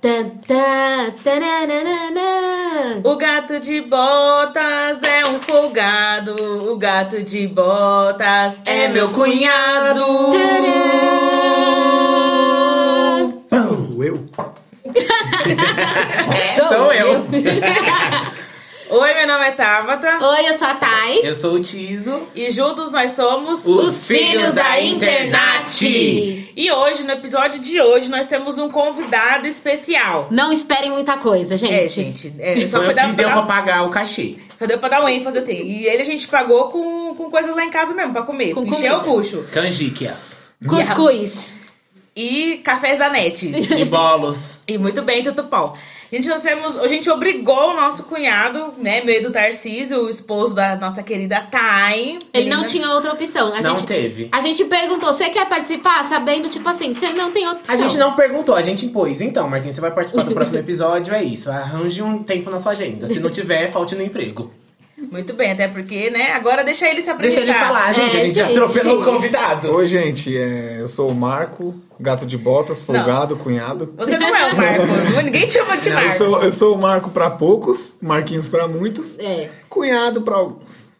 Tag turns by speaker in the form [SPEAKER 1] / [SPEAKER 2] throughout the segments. [SPEAKER 1] Tan, tan, tananana.
[SPEAKER 2] O gato de botas é um folgado. O gato de botas é meu cunhado.
[SPEAKER 1] Tcharam!
[SPEAKER 3] Não, eu.
[SPEAKER 2] Sou
[SPEAKER 3] Então eu.
[SPEAKER 2] Oi, meu nome é Tabata.
[SPEAKER 1] Oi, eu sou a Thay.
[SPEAKER 3] Eu sou o Tizo.
[SPEAKER 2] E juntos nós somos
[SPEAKER 3] Os Filhos da Internet.
[SPEAKER 2] E hoje, no episódio de hoje, nós temos um convidado especial.
[SPEAKER 1] Não esperem muita coisa, gente.
[SPEAKER 2] É, gente. É, só
[SPEAKER 3] Foi
[SPEAKER 2] foi
[SPEAKER 3] o
[SPEAKER 2] dar,
[SPEAKER 3] que deu
[SPEAKER 2] pra
[SPEAKER 3] pra
[SPEAKER 2] dar,
[SPEAKER 3] pagar o cachê.
[SPEAKER 2] só deu pra dar um ênfase assim. E ele a gente pagou com, com coisas lá em casa mesmo, pra comer.
[SPEAKER 1] Com
[SPEAKER 2] Encheu o
[SPEAKER 1] comida.
[SPEAKER 2] bucho.
[SPEAKER 3] Canjiquias.
[SPEAKER 1] Cuscuz.
[SPEAKER 2] E cafés da net.
[SPEAKER 3] E bolos.
[SPEAKER 2] E muito bem, Tutupão. Gente, nós temos, a gente obrigou o nosso cunhado, né, meio do Tarcísio, o esposo da nossa querida Thay.
[SPEAKER 1] Ele não
[SPEAKER 2] Menina-
[SPEAKER 1] tinha outra opção. A
[SPEAKER 3] não
[SPEAKER 1] gente,
[SPEAKER 3] teve.
[SPEAKER 1] a gente perguntou, você quer participar? Sabendo, tipo assim, você não tem outra
[SPEAKER 3] A
[SPEAKER 1] opção.
[SPEAKER 3] gente não perguntou, a gente impôs. Então, Marquinhos, você vai participar do próximo episódio, é isso. Arranje um tempo na sua agenda. Se não tiver, falte no emprego.
[SPEAKER 2] Muito bem, até porque, né, agora deixa ele se apresentar.
[SPEAKER 3] Deixa ele falar, gente.
[SPEAKER 1] É,
[SPEAKER 3] a gente já
[SPEAKER 1] gente.
[SPEAKER 3] atropelou o convidado.
[SPEAKER 4] Oi, gente, é, eu sou o Marco, gato de botas, folgado, cunhado.
[SPEAKER 2] Você não é o Marcos, ninguém te chama de
[SPEAKER 4] Eu
[SPEAKER 2] Marcos.
[SPEAKER 4] sou, eu sou o Marco pra poucos, Marquinhos pra muitos,
[SPEAKER 1] É.
[SPEAKER 4] cunhado pra alguns.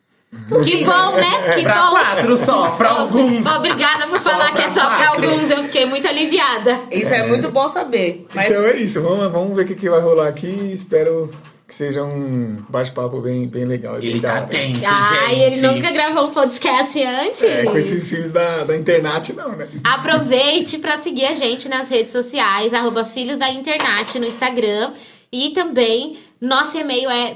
[SPEAKER 1] Que bom, né? Que
[SPEAKER 3] Pra
[SPEAKER 1] bom.
[SPEAKER 3] quatro só, pra alguns.
[SPEAKER 1] Obrigada por falar que é só pra
[SPEAKER 3] quatro.
[SPEAKER 1] alguns. Eu fiquei muito aliviada.
[SPEAKER 2] Isso é muito bom saber. Mas
[SPEAKER 4] Então é isso, vamos, vamos ver o que, que vai rolar aqui. Espero que seja um bate-papo bem, bem legal. é e
[SPEAKER 3] Ele
[SPEAKER 4] bem da
[SPEAKER 3] tá
[SPEAKER 4] hora.
[SPEAKER 3] tenso,
[SPEAKER 1] Ai,
[SPEAKER 3] gente.
[SPEAKER 1] ele nunca gravou um podcast antes.
[SPEAKER 4] É, com esses filhos da, da internet, não, né?
[SPEAKER 1] Aproveite para seguir a gente nas redes sociais, arroba Filhos da Internet no Instagram. E também nosso e-mail é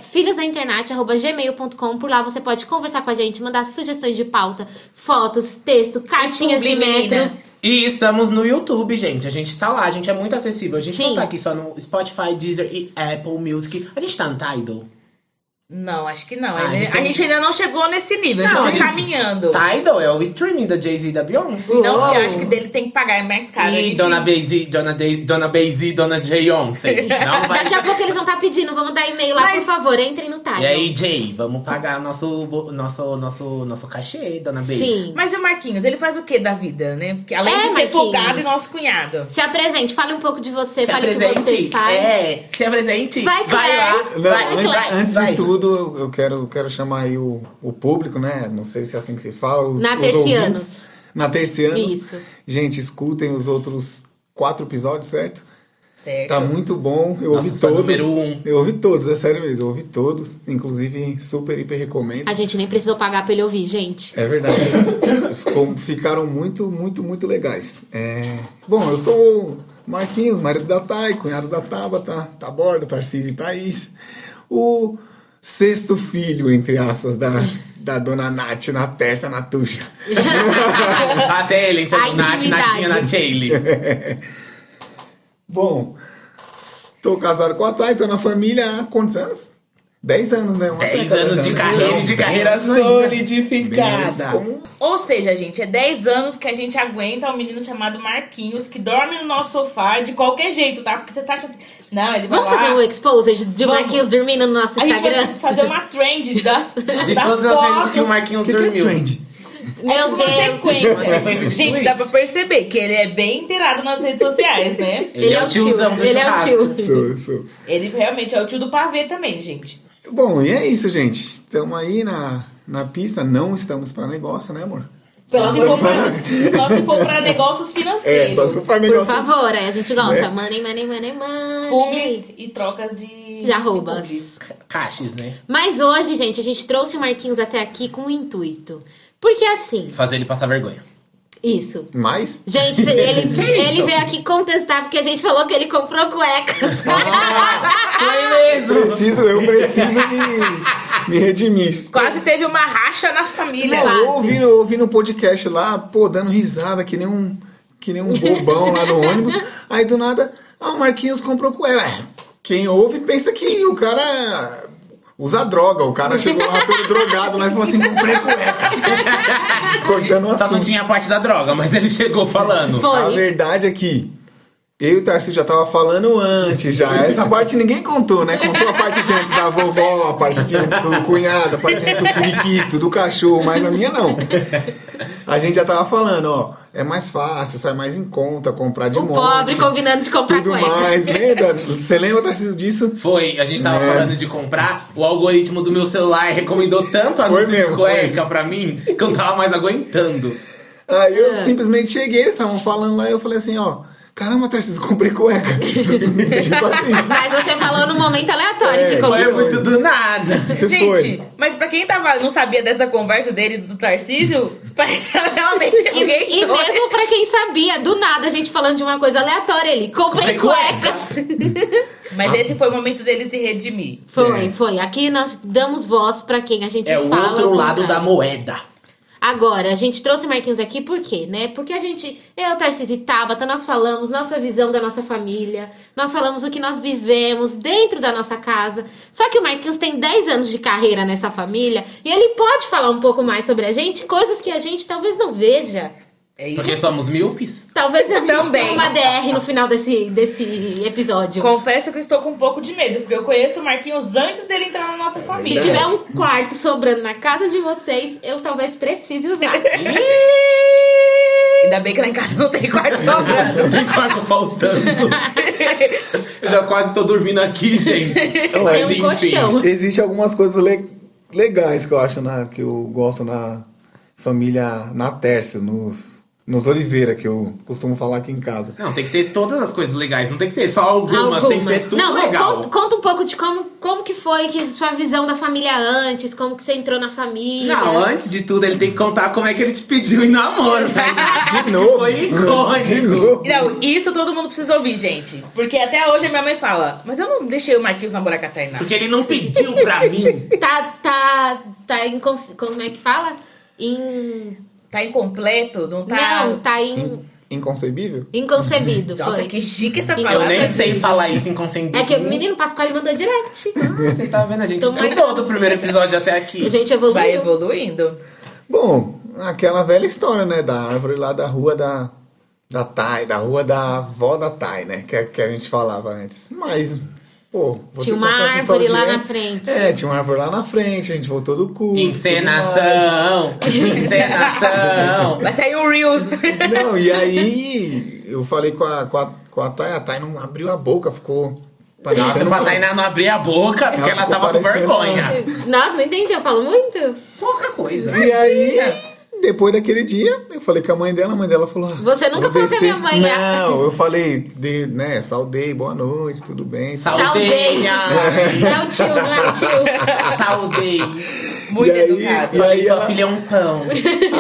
[SPEAKER 1] filhosdainternet.gmail.com. Por lá você pode conversar com a gente, mandar sugestões de pauta, fotos, texto, cartinhas de
[SPEAKER 2] publi,
[SPEAKER 1] metro.
[SPEAKER 3] né?
[SPEAKER 2] meninas.
[SPEAKER 3] E estamos no YouTube, gente. A gente tá lá, a gente é muito acessível. A gente
[SPEAKER 1] Sim.
[SPEAKER 3] não tá aqui só no Spotify, Deezer e Apple Music. A gente tá no Tidal.
[SPEAKER 2] Não, acho que não.
[SPEAKER 3] Ah,
[SPEAKER 2] a,
[SPEAKER 3] a gente
[SPEAKER 2] gente,
[SPEAKER 3] tem-
[SPEAKER 2] ainda não chegou nesse nível,
[SPEAKER 3] Não,
[SPEAKER 2] estamos
[SPEAKER 3] gente-
[SPEAKER 2] caminhando.
[SPEAKER 3] Tidal é o streaming da Jay-Z e da Beyoncé.
[SPEAKER 2] Não, porque eu
[SPEAKER 1] Uou.
[SPEAKER 2] acho que dele tem que pagar, é mais caro. a
[SPEAKER 3] E
[SPEAKER 2] gente-
[SPEAKER 3] Dona Bey-Z, Dona, Day- Dona Bey-Z e Dona Beyoncé.
[SPEAKER 1] É
[SPEAKER 3] Não vai...
[SPEAKER 1] Daqui a pouco eles vão estar pedindo, vamos dar e-mail lá,
[SPEAKER 2] Mas-
[SPEAKER 1] por favor, entrem no
[SPEAKER 3] E
[SPEAKER 1] Tidal.
[SPEAKER 3] aí, Jay, vamos pagar nosso, bo- nosso, nosso, nosso cachê, Dona Bey.
[SPEAKER 1] Sim.
[SPEAKER 2] Mas e o Marquinhos, ele faz o que da vida, né? Porque além
[SPEAKER 1] É,
[SPEAKER 2] de ser
[SPEAKER 1] Marquinhos.
[SPEAKER 2] folgado e nosso cunhado.
[SPEAKER 1] Se apresente, fale um pouco de você,
[SPEAKER 3] Se
[SPEAKER 1] fale o que você
[SPEAKER 3] apresente.
[SPEAKER 1] faz.
[SPEAKER 3] É, se apresente.
[SPEAKER 1] Vai,
[SPEAKER 3] lá.
[SPEAKER 1] Claire.
[SPEAKER 4] Não,
[SPEAKER 3] vai,
[SPEAKER 4] antes,
[SPEAKER 3] vai,
[SPEAKER 4] antes
[SPEAKER 3] vai.
[SPEAKER 4] de tudo, eu- eu quero, quero chamar aí o, o público, né? Não sei se é assim que se fala. Os,
[SPEAKER 1] Na
[SPEAKER 4] os ouvintes.
[SPEAKER 1] Tercianos.
[SPEAKER 4] Na Tercianos.
[SPEAKER 1] Isso.
[SPEAKER 4] Gente, escutem os outros quatro episódios, certo?
[SPEAKER 2] Certo.
[SPEAKER 4] Tá muito bom. Eu
[SPEAKER 3] Nossa,
[SPEAKER 4] ouvi
[SPEAKER 3] foi o
[SPEAKER 4] todos.
[SPEAKER 3] número um.
[SPEAKER 4] Eu ouvi todos, é sério mesmo. Eu ouvi todos. Inclusive, super, hiper recomendo.
[SPEAKER 1] A gente nem precisou pagar pra ele ouvir, gente.
[SPEAKER 4] É verdade. Ficou- ficaram muito, muito, muito legais. É, Bom, eu sou o Marquinhos, marido da Thay, cunhado da Tabata, Taborda, Tarcísio e Thaís. O sexto filho, entre aspas, da, da dona Nath na terça, na tuxa.
[SPEAKER 3] Até ele, então,
[SPEAKER 1] A
[SPEAKER 3] Nath,
[SPEAKER 1] intimidade.
[SPEAKER 3] Natinha, Nathalie.
[SPEAKER 4] Bom, estou casado com a Thay, estou na família há quantos anos? 10 anos, né? Uma
[SPEAKER 3] 10
[SPEAKER 4] década
[SPEAKER 3] anos
[SPEAKER 4] já,
[SPEAKER 3] de
[SPEAKER 4] né?
[SPEAKER 3] carreira um e
[SPEAKER 4] Então,
[SPEAKER 3] de carreira
[SPEAKER 4] bem anos ainda. Bem anos
[SPEAKER 3] solidificada.
[SPEAKER 4] como
[SPEAKER 2] Ou seja, gente, é 10 anos que a gente aguenta um menino chamado Marquinhos que dorme no nosso sofá de qualquer jeito, tá? Porque você tá achando assim. Não, ele vai
[SPEAKER 1] Vamos
[SPEAKER 2] lá.
[SPEAKER 1] fazer um exposed de
[SPEAKER 2] Vamos.
[SPEAKER 1] Marquinhos dormindo no nosso
[SPEAKER 2] A gente
[SPEAKER 1] Instagram?
[SPEAKER 2] vai fazer uma trend das,
[SPEAKER 3] De
[SPEAKER 2] das
[SPEAKER 3] todas as
[SPEAKER 2] fotos.
[SPEAKER 3] vezes que o Marquinhos
[SPEAKER 4] O que, que é
[SPEAKER 3] dormiu.
[SPEAKER 4] trend?
[SPEAKER 2] É
[SPEAKER 1] Meu
[SPEAKER 2] tipo
[SPEAKER 1] Deus.
[SPEAKER 2] Uma
[SPEAKER 3] Uma sequência
[SPEAKER 2] sequência.
[SPEAKER 3] de
[SPEAKER 2] Gente,
[SPEAKER 3] tweets.
[SPEAKER 2] dá pra perceber que ele é bem inteirado nas redes sociais, né?
[SPEAKER 3] Ele, é o tiozão do
[SPEAKER 1] Ele
[SPEAKER 3] churrasco.
[SPEAKER 1] é o tio.
[SPEAKER 4] Sou, sou.
[SPEAKER 2] Ele realmente é o tio do pavê também, gente.
[SPEAKER 4] Bom, e é isso, gente. Estamos aí na, na pista. Não estamos para negócio, né, amor?
[SPEAKER 2] Só se, for pra, só se for pra negócios financeiros.
[SPEAKER 4] É, só se for pra
[SPEAKER 1] Por
[SPEAKER 4] negócio.
[SPEAKER 1] favor, aí a gente gosta. Money, money, money, money.
[SPEAKER 2] Publis e trocas
[SPEAKER 1] De
[SPEAKER 2] de. de publis.
[SPEAKER 1] arrobas.
[SPEAKER 3] Caixas, né?
[SPEAKER 1] Mas hoje, gente, a gente trouxe o Marquinhos até aqui com um intuito. Porque assim,
[SPEAKER 3] Fazer ele passar vergonha.
[SPEAKER 1] isso.
[SPEAKER 4] Mas.
[SPEAKER 1] Gente, ele, ele
[SPEAKER 3] isso?
[SPEAKER 1] veio aqui contestar porque a gente falou que ele comprou cuecas.
[SPEAKER 3] Foi mesmo!
[SPEAKER 4] Preciso, eu preciso me, me redimir.
[SPEAKER 2] Quase teve uma racha na família.
[SPEAKER 1] Não,
[SPEAKER 4] Eu ouvi, no- eu ouvi no podcast lá, pô, dando risada, que nem um, que nem um bobão lá no ônibus. Aí do nada, ah, o Marquinhos comprou com ela. É, Quem ouve pensa que o cara usa droga. O cara chegou lá todo drogado lá e falou assim: comprei cueca. Cortando o
[SPEAKER 3] Só não
[SPEAKER 4] assunto.
[SPEAKER 3] tinha a parte da droga, mas ele chegou falando.
[SPEAKER 4] A
[SPEAKER 1] Foi.
[SPEAKER 4] verdade é que eu e o Tarcísio já tava falando antes já. Essa parte ninguém contou, né? Contou a parte de antes da vovó, a parte de antes do cunhado, a parte de antes do periquito, do cachorro, mas a minha não. A gente já tava falando, ó, é mais fácil, sai mais em conta, comprar de
[SPEAKER 1] o
[SPEAKER 4] monte.
[SPEAKER 1] pobre combinando de comprar
[SPEAKER 4] tudo
[SPEAKER 1] cueca.
[SPEAKER 4] mais, lembra? Você lembra, Tarcísio, disso?
[SPEAKER 3] Foi, a gente tava
[SPEAKER 4] É.
[SPEAKER 3] falando de comprar, o algoritmo do meu celular recomendou tanto
[SPEAKER 4] Foi
[SPEAKER 3] anúncio
[SPEAKER 4] mesmo,
[SPEAKER 3] de cueca pra mim que eu não tava mais aguentando.
[SPEAKER 4] Aí eu
[SPEAKER 1] É.
[SPEAKER 4] simplesmente cheguei, eles estavam falando lá, eu falei assim, ó, caramba, Tarcísio, comprei cueca. tipo assim,
[SPEAKER 1] Mas você falou num momento aleatório
[SPEAKER 4] É,
[SPEAKER 1] que
[SPEAKER 4] isso
[SPEAKER 1] comprou.
[SPEAKER 3] Foi muito do nada.
[SPEAKER 4] você
[SPEAKER 2] Gente,
[SPEAKER 4] foi.
[SPEAKER 2] mas pra quem tava, não sabia dessa conversa dele e do Tarcísio, parece realmente
[SPEAKER 1] E,
[SPEAKER 2] alguém.
[SPEAKER 1] e
[SPEAKER 2] doido.
[SPEAKER 1] mesmo pra quem sabia, do nada a gente falando de uma coisa aleatória ele comprei
[SPEAKER 3] Comprei
[SPEAKER 1] cuecas.
[SPEAKER 2] Mas esse foi o momento dele se redimir.
[SPEAKER 1] Foi,
[SPEAKER 4] É.
[SPEAKER 1] foi. Aqui nós damos voz pra quem a gente
[SPEAKER 3] É o
[SPEAKER 1] fala.
[SPEAKER 3] outro
[SPEAKER 1] o
[SPEAKER 3] lado da
[SPEAKER 1] contrário.
[SPEAKER 3] moeda.
[SPEAKER 1] Agora, a gente trouxe o Marquinhos aqui por quê, né? Porque a gente, eu, Tarcísio e Tabata, nós falamos nossa visão da nossa família, nós falamos o que nós vivemos dentro da nossa casa. Só que o Marquinhos tem 10 anos de carreira nessa família e ele pode falar um pouco mais sobre a gente, coisas que a gente talvez não veja.
[SPEAKER 2] É isso.
[SPEAKER 3] Porque somos míopes?
[SPEAKER 1] Talvez a gente
[SPEAKER 2] Também.
[SPEAKER 1] tenha uma DR no final desse, desse episódio.
[SPEAKER 2] Confesso que eu estou com um pouco de medo, porque eu conheço o Marquinhos antes dele entrar na nossa
[SPEAKER 1] Se
[SPEAKER 2] família.
[SPEAKER 3] É verdade.
[SPEAKER 1] tiver um quarto sobrando na casa de vocês, eu talvez precise usar. um-
[SPEAKER 2] Ainda bem que lá em casa não tem quarto
[SPEAKER 1] é.
[SPEAKER 2] sobrando.
[SPEAKER 3] Tem quarto faltando. Eu já quase tô dormindo aqui, gente.
[SPEAKER 1] Tem um colchão.
[SPEAKER 4] Existem algumas coisas le- legais que eu acho na, que eu gosto na família na Tércio, nos, nos Oliveira, que eu costumo falar aqui em casa.
[SPEAKER 3] Não, tem que ter todas as coisas legais. Não tem que ter só algumas, tem que
[SPEAKER 1] Algumas.
[SPEAKER 3] ter tudo
[SPEAKER 1] não, não,
[SPEAKER 3] legal.
[SPEAKER 1] Conta, conta um pouco de como, como que foi que sua visão da família antes, como que você entrou na família.
[SPEAKER 3] Não, antes de tudo, ele tem que contar como é que ele te pediu em namoro, tá?
[SPEAKER 4] De novo.
[SPEAKER 3] Foi icônico.
[SPEAKER 4] De novo.
[SPEAKER 2] Não, isso todo mundo precisa ouvir, gente. Porque até hoje a minha mãe fala, mas eu não deixei o Marquinhos namorar com a Tainá.
[SPEAKER 3] Porque ele não pediu pra mim.
[SPEAKER 1] Tá, tá, tá incons... como é que fala? Em...
[SPEAKER 2] Tá incompleto, não tá...
[SPEAKER 1] Não, tá em...
[SPEAKER 4] In- inconcebível?
[SPEAKER 1] inconcebido,
[SPEAKER 2] Nossa,
[SPEAKER 1] foi.
[SPEAKER 2] que chique essa
[SPEAKER 1] Eu
[SPEAKER 2] palavra.
[SPEAKER 3] Eu nem sei falar isso inconsciente.
[SPEAKER 1] É que o menino Pasquale mandou direct.
[SPEAKER 3] Você tá vendo? A gente
[SPEAKER 1] Tomara-
[SPEAKER 3] estudou do primeiro episódio até aqui.
[SPEAKER 1] A gente evoluiu.
[SPEAKER 2] Vai evoluindo.
[SPEAKER 4] Bom, aquela velha história, né? Da árvore lá da rua da, da Thay, da rua da avó da Thay, né? Que, que a gente falava antes. Mas, pô, vou ter que
[SPEAKER 1] Tinha uma
[SPEAKER 4] contar essa história
[SPEAKER 1] árvore lá
[SPEAKER 4] direito.
[SPEAKER 1] na frente.
[SPEAKER 4] É, tinha uma árvore lá na frente, a gente voltou do curso. tudo mais.
[SPEAKER 3] Encenação! Encenação!
[SPEAKER 2] Vai sair um Reels.
[SPEAKER 4] Não, e aí eu falei com a, com a, com a Thay, a Thay não abriu a boca, ficou.
[SPEAKER 3] Nossa, pra Tainá não abrir a boca porque ela,
[SPEAKER 4] Ela ficou
[SPEAKER 3] tava com
[SPEAKER 4] parecendo-
[SPEAKER 3] vergonha.
[SPEAKER 1] Nossa, não entendi, eu falo muito?
[SPEAKER 3] Pouca coisa.
[SPEAKER 4] E aí, depois daquele dia, eu falei com a mãe dela, a mãe dela falou. ah,
[SPEAKER 1] Você nunca
[SPEAKER 4] vou
[SPEAKER 1] falou com a minha
[SPEAKER 4] descer.
[SPEAKER 1] mãe, né?
[SPEAKER 4] Não, eu falei, de, né, saudei, boa noite, tudo bem.
[SPEAKER 1] Saudei.
[SPEAKER 3] Saudei! ai,
[SPEAKER 1] Não é o tio, não é o tio.
[SPEAKER 3] Saudei!
[SPEAKER 2] Muito
[SPEAKER 4] E aí-
[SPEAKER 2] educado.
[SPEAKER 4] e aí-
[SPEAKER 3] Falei, sua
[SPEAKER 4] ela-
[SPEAKER 3] filha é um pão.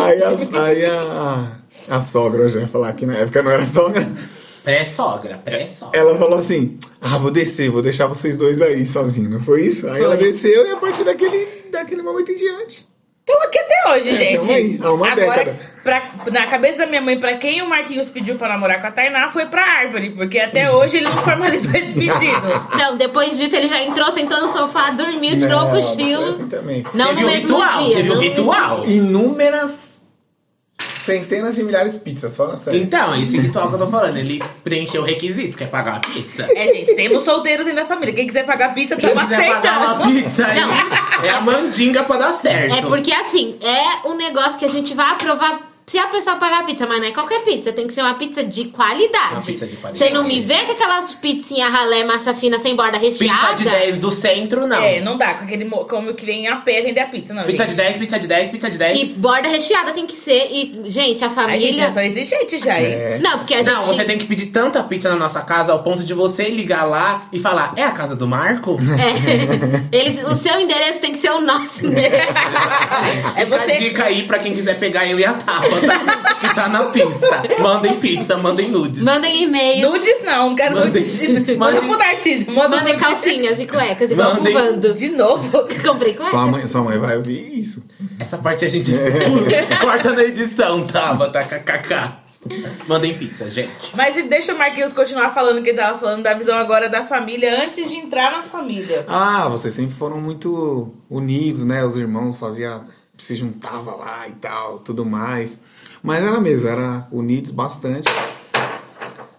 [SPEAKER 4] Aí a, aí a, a sogra, eu já ia falar que na época não era sogra,
[SPEAKER 3] Pré-sogra, pré-sogra.
[SPEAKER 4] ela falou assim: Ah, vou descer, vou deixar vocês dois aí sozinhos, não foi isso? Aí ela
[SPEAKER 1] Foi.
[SPEAKER 4] desceu e a partir daquele, daquele momento em diante.
[SPEAKER 2] Então aqui até hoje, gente.
[SPEAKER 4] tamo aí, há uma
[SPEAKER 2] Agora,
[SPEAKER 4] década.
[SPEAKER 2] pra- na cabeça da minha mãe, pra quem o Marquinhos pediu pra namorar com a Tainá foi pra árvore. Porque até hoje ele não formalizou esse pedido.
[SPEAKER 1] Não, depois disso ele já entrou, sentou no sofá, dormiu, tirou o
[SPEAKER 4] Não, não foi
[SPEAKER 1] cochilo.
[SPEAKER 4] assim também.
[SPEAKER 1] Não
[SPEAKER 3] Teve
[SPEAKER 1] no
[SPEAKER 3] um
[SPEAKER 1] mesmo
[SPEAKER 3] ritual,
[SPEAKER 1] dia.
[SPEAKER 3] teve
[SPEAKER 1] não
[SPEAKER 3] um
[SPEAKER 1] no mesmo
[SPEAKER 3] ritual.
[SPEAKER 1] dia.
[SPEAKER 4] Inúmeras centenas de milhares de pizzas, fala sério.
[SPEAKER 3] Então, esse ritual que eu tô falando, ele preencheu o requisito, que é pagar uma pizza.
[SPEAKER 2] É, gente, temos solteiros ainda na família. Quem quiser pagar pizza,
[SPEAKER 3] Quem
[SPEAKER 2] tamo
[SPEAKER 3] quiser pagar
[SPEAKER 2] aceitando.
[SPEAKER 3] uma pizza aí, é a mandinga pra dar certo.
[SPEAKER 1] É porque assim, é um negócio que a gente vai aprovar se a pessoa pagar a pizza, mas não é qualquer pizza, tem que ser uma pizza de qualidade.
[SPEAKER 3] Uma pizza de qualidade.
[SPEAKER 1] Você não me vê com aquelas pizzinhas ralé, massa fina, sem borda
[SPEAKER 3] Pizza
[SPEAKER 1] recheada.
[SPEAKER 3] de 10 do centro, não.
[SPEAKER 2] É, não dá. Com aquele mo- como que vem a pé vender a pizza, não.
[SPEAKER 3] Pizza
[SPEAKER 2] gente.
[SPEAKER 3] de 10, pizza de 10, pizza de
[SPEAKER 1] E
[SPEAKER 3] 10.
[SPEAKER 1] borda recheada tem que ser. E, gente, a
[SPEAKER 2] A gente
[SPEAKER 1] família.
[SPEAKER 2] já tá exigente já, hein?
[SPEAKER 4] É.
[SPEAKER 1] Não, porque a
[SPEAKER 3] né? Não,
[SPEAKER 1] gente.
[SPEAKER 3] você tem que pedir tanta pizza na nossa casa ao ponto de você ligar lá e falar: é a casa do Marco?
[SPEAKER 1] É. Eles, o seu endereço tem que ser o nosso endereço.
[SPEAKER 2] É
[SPEAKER 3] Fica
[SPEAKER 2] você-
[SPEAKER 3] a dica aí pra quem quiser pegar eu e a Tapa, tá? que tá na pista. Mandem pizza, mandem nudes.
[SPEAKER 1] Mandem e-mails.
[SPEAKER 2] Nudes não, não quero
[SPEAKER 3] Mandem-
[SPEAKER 2] nudes. de- Manda
[SPEAKER 3] mandem-
[SPEAKER 2] pro Tarcísio, manda
[SPEAKER 1] Mandem
[SPEAKER 2] pro-
[SPEAKER 1] calcinhas e cuecas, igual o
[SPEAKER 3] Mandem-
[SPEAKER 1] Vando.
[SPEAKER 2] De novo.
[SPEAKER 1] Comprei cuecas.
[SPEAKER 4] Sua mãe, sua mãe vai ouvir isso.
[SPEAKER 3] Essa parte a gente escura. corta na edição, Tapa, tá? KKK. Mandem pizza, gente.
[SPEAKER 2] Mas e deixa o Marquinhos continuar falando que ele tava falando da visão agora da família antes de entrar na família.
[SPEAKER 4] Ah, vocês sempre foram muito unidos, né? Os irmãos fazia, se juntava lá e tal, tudo mais. Mas era mesmo, era unidos bastante.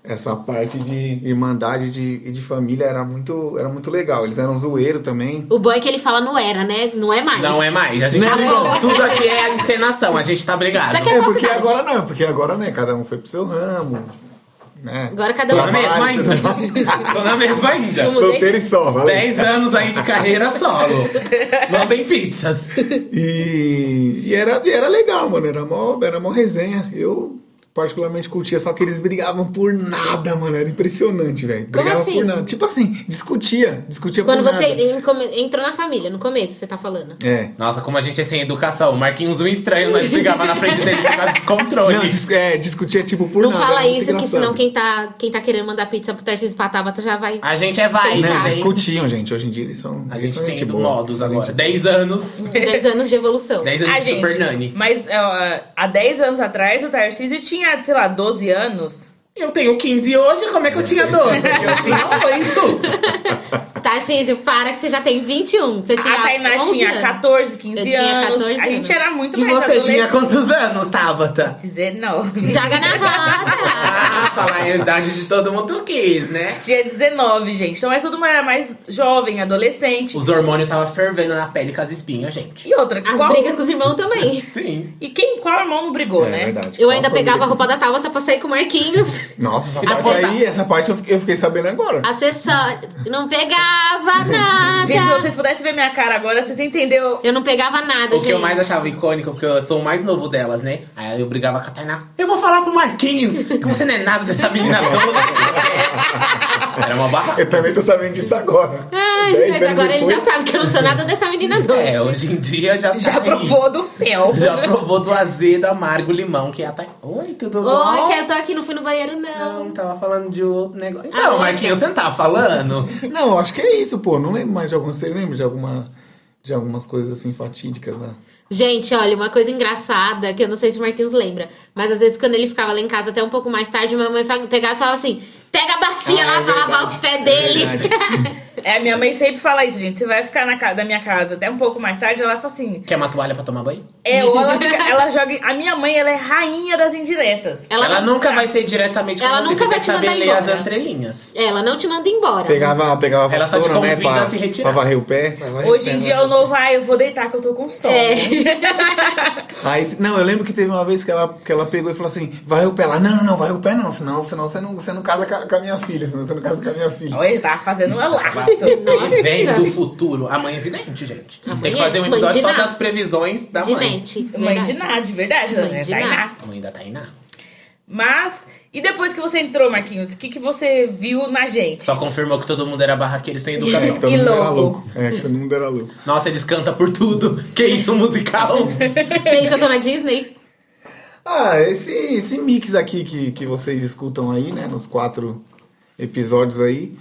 [SPEAKER 4] essa parte de irmandade e de, e de família era muito, era muito legal. Eles eram zoeiro também.
[SPEAKER 1] O bom é que ele fala não era, né? Não é mais.
[SPEAKER 3] Não é mais. A gente
[SPEAKER 4] Não.
[SPEAKER 3] tudo aqui é encenação, a gente tá brigado.
[SPEAKER 1] Só que
[SPEAKER 4] É porque
[SPEAKER 1] falsidade.
[SPEAKER 4] agora não, porque agora, né, cada um foi pro seu ramo, né?
[SPEAKER 1] Agora cada
[SPEAKER 3] Tô
[SPEAKER 1] um.
[SPEAKER 3] na mesma ainda. Tô na mesma ainda.
[SPEAKER 1] Vamos-
[SPEAKER 4] Solteiro e só, valeu.
[SPEAKER 3] 10 anos aí de carreira solo. Mandem pizzas.
[SPEAKER 4] E, e era, e era legal, mano. Era mó, era mó resenha. Eu particularmente curtia, só que eles brigavam por nada, mano. Era impressionante, velho.
[SPEAKER 1] Como
[SPEAKER 4] Brigava
[SPEAKER 1] assim?
[SPEAKER 4] por nada. Tipo assim, discutia. Discutia
[SPEAKER 1] Quando
[SPEAKER 4] por
[SPEAKER 1] você
[SPEAKER 4] nada.
[SPEAKER 1] en- come- entrou na família, no começo, você tá falando.
[SPEAKER 4] É.
[SPEAKER 3] Nossa, como a gente é sem educação. Marquinhos, um estranho, nós brigava na frente dele por causa de controle.
[SPEAKER 4] Não, dis- é, discutia tipo por
[SPEAKER 1] não
[SPEAKER 4] nada.
[SPEAKER 1] fala
[SPEAKER 4] era muito
[SPEAKER 1] isso, que
[SPEAKER 4] engraçado.
[SPEAKER 1] senão quem tá, quem tá querendo mandar pizza pro Tarcísio Pataba já vai.
[SPEAKER 3] A gente é vai,
[SPEAKER 4] Não,
[SPEAKER 1] Exato.
[SPEAKER 4] eles
[SPEAKER 3] né?
[SPEAKER 4] discutiam, gente. Hoje em dia eles são.
[SPEAKER 3] A
[SPEAKER 4] eles
[SPEAKER 3] é tipo gente
[SPEAKER 4] são
[SPEAKER 3] tem
[SPEAKER 4] gente
[SPEAKER 3] do
[SPEAKER 4] boa.
[SPEAKER 3] modos agora.
[SPEAKER 4] Gente-
[SPEAKER 3] 10 anos.
[SPEAKER 1] 10 anos de evolução.
[SPEAKER 3] 10 anos
[SPEAKER 2] Ah,
[SPEAKER 3] de
[SPEAKER 2] gente,
[SPEAKER 3] é Super Nani.
[SPEAKER 2] mas ó, há 10 anos atrás o Tarcísio tinha, sei lá, 12 anos.
[SPEAKER 3] Eu tenho 15 hoje, como é que eu tinha 12? Eu tinha 8.
[SPEAKER 1] Tarcísio, para que você já tem 21. Você tinha
[SPEAKER 2] a Tainá
[SPEAKER 1] 11
[SPEAKER 2] tá tinha
[SPEAKER 1] anos.
[SPEAKER 2] 14, 15
[SPEAKER 1] Eu tinha
[SPEAKER 2] anos.
[SPEAKER 1] 14
[SPEAKER 2] A
[SPEAKER 1] anos.
[SPEAKER 2] gente era muito
[SPEAKER 3] E
[SPEAKER 2] mais
[SPEAKER 3] você tinha
[SPEAKER 2] adolescente.
[SPEAKER 3] quantos anos, Tabata?
[SPEAKER 2] 19.
[SPEAKER 1] Joga na roda!
[SPEAKER 3] Ah, falar a idade de todo mundo quis, né?
[SPEAKER 2] Tinha 19, gente. Então, mas todo mundo era mais jovem, adolescente.
[SPEAKER 3] Os hormônios tava fervendo na pele com as espinhas, gente.
[SPEAKER 2] E outra,
[SPEAKER 1] As
[SPEAKER 2] qual...
[SPEAKER 1] brigas com os irmãos também.
[SPEAKER 3] Sim.
[SPEAKER 2] E quem, qual irmão não brigou,
[SPEAKER 4] É
[SPEAKER 2] né?
[SPEAKER 4] verdade.
[SPEAKER 1] Eu
[SPEAKER 4] Qual
[SPEAKER 1] ainda
[SPEAKER 4] foi o
[SPEAKER 1] pegava a
[SPEAKER 4] brinco?
[SPEAKER 1] roupa da Tabata pra sair com o Marquinhos.
[SPEAKER 4] Nossa, essa
[SPEAKER 3] E
[SPEAKER 4] parte
[SPEAKER 3] depois-
[SPEAKER 4] aí, essa parte eu eu fiquei sabendo agora.
[SPEAKER 1] Acessório. Não pegava nada.
[SPEAKER 2] Gente, se vocês pudessem ver minha cara agora, vocês entenderam.
[SPEAKER 1] Eu não pegava nada,
[SPEAKER 3] O
[SPEAKER 1] gente.
[SPEAKER 3] que eu mais achava icônico, porque eu sou o mais novo delas, né? Aí eu brigava com a Tainá. Eu vou falar pro Marquinhos que você não é nada dessa menina toda. Era uma barra.
[SPEAKER 4] Eu também tô sabendo disso agora.
[SPEAKER 1] Ah. Ai,
[SPEAKER 4] Dez
[SPEAKER 1] mas
[SPEAKER 4] anos
[SPEAKER 1] agora ele já
[SPEAKER 4] depois-
[SPEAKER 1] sabe que eu não sou nada dessa menina doida.
[SPEAKER 3] É, hoje em dia já tá
[SPEAKER 2] Já
[SPEAKER 3] aí.
[SPEAKER 2] provou do fel.
[SPEAKER 3] Já provou do azedo, amargo, limão, que é a Tainá. Oi, tudo bom?
[SPEAKER 1] Oi, que eu tô aqui, não fui no banheiro, não.
[SPEAKER 3] Não, tava falando de outro negócio. Então,
[SPEAKER 1] Ah,
[SPEAKER 3] Marquinhos, você não tava falando?
[SPEAKER 4] Não, eu acho que é isso, pô. Não lembro mais de alguma. Vocês lembram de alguma. De algumas coisas assim fatídicas, né?
[SPEAKER 1] Gente, olha, uma coisa engraçada, que eu não sei se o Marquinhos lembra, mas às vezes quando ele ficava lá em casa até um pouco mais tarde, minha mãe fa- pegava e falava assim: pega a bacia
[SPEAKER 4] Ah,
[SPEAKER 1] lá
[SPEAKER 4] é
[SPEAKER 1] pra lavar
[SPEAKER 4] verdade.
[SPEAKER 1] os pés
[SPEAKER 4] É
[SPEAKER 1] dele.
[SPEAKER 4] verdade.
[SPEAKER 2] É, minha mãe sempre fala isso, gente. Você vai ficar na casa da minha casa até um pouco mais tarde, ela fala assim.
[SPEAKER 3] Quer uma toalha pra tomar banho?
[SPEAKER 2] É, ou ela fica. Ela joga. A minha mãe, ela é rainha das indiretas.
[SPEAKER 1] Ela,
[SPEAKER 3] Ela
[SPEAKER 1] não...
[SPEAKER 3] nunca vai ser diretamente com
[SPEAKER 1] Ela
[SPEAKER 3] você,
[SPEAKER 1] nunca
[SPEAKER 3] você
[SPEAKER 1] vai
[SPEAKER 3] tem que
[SPEAKER 1] te
[SPEAKER 3] saber
[SPEAKER 1] mandar
[SPEAKER 3] ler as
[SPEAKER 1] embora.
[SPEAKER 3] entrelinhas.
[SPEAKER 1] Ela não te manda embora.
[SPEAKER 4] Pegava, pegava a
[SPEAKER 3] Ela só te
[SPEAKER 4] vassoura, né?
[SPEAKER 3] convida
[SPEAKER 4] Pra,
[SPEAKER 3] a se retirar.
[SPEAKER 4] pra varrer o pé. pra varrer
[SPEAKER 2] Hoje
[SPEAKER 4] o pé,
[SPEAKER 2] em
[SPEAKER 4] né?
[SPEAKER 2] dia eu não vai, eu vou deitar que eu tô com sono.
[SPEAKER 1] É.
[SPEAKER 4] Aí, não, eu lembro que teve uma vez que ela, que ela pegou e falou assim: varreu o pé lá. Não, não, não, varreu o pé não, senão, senão você, não, você não casa com a, com a minha filha. Senão você não casa com a minha filha.
[SPEAKER 2] Olha, ele tá fazendo uma laço.
[SPEAKER 1] Nossa.
[SPEAKER 3] Vem do futuro. A mãe é vidente, gente.
[SPEAKER 1] A mãe
[SPEAKER 3] Tem que
[SPEAKER 1] é
[SPEAKER 3] fazer um
[SPEAKER 1] mãe de
[SPEAKER 3] episódio só
[SPEAKER 1] nada.
[SPEAKER 3] das previsões da
[SPEAKER 1] de
[SPEAKER 3] mãe.
[SPEAKER 1] mente.
[SPEAKER 2] Mãe
[SPEAKER 1] verdade.
[SPEAKER 2] de nada, de verdade,
[SPEAKER 1] Mãe
[SPEAKER 2] né?
[SPEAKER 1] de
[SPEAKER 2] Tainá.
[SPEAKER 1] nada.
[SPEAKER 3] Mãe da Tainá.
[SPEAKER 2] Mas, e depois que você entrou, Marquinhos, o que, que você viu na gente?
[SPEAKER 3] Só confirmou que todo mundo era barraqueiro sem educação.
[SPEAKER 4] que todo
[SPEAKER 2] E
[SPEAKER 4] mundo era
[SPEAKER 2] louco.
[SPEAKER 4] louco. É, que todo mundo era louco.
[SPEAKER 3] Nossa, eles cantam por tudo. Que isso, musical?
[SPEAKER 1] Que isso, eu tô na Disney?
[SPEAKER 4] Ah, esse, esse mix aqui que, que vocês escutam aí, né? Nos quatro episódios aí.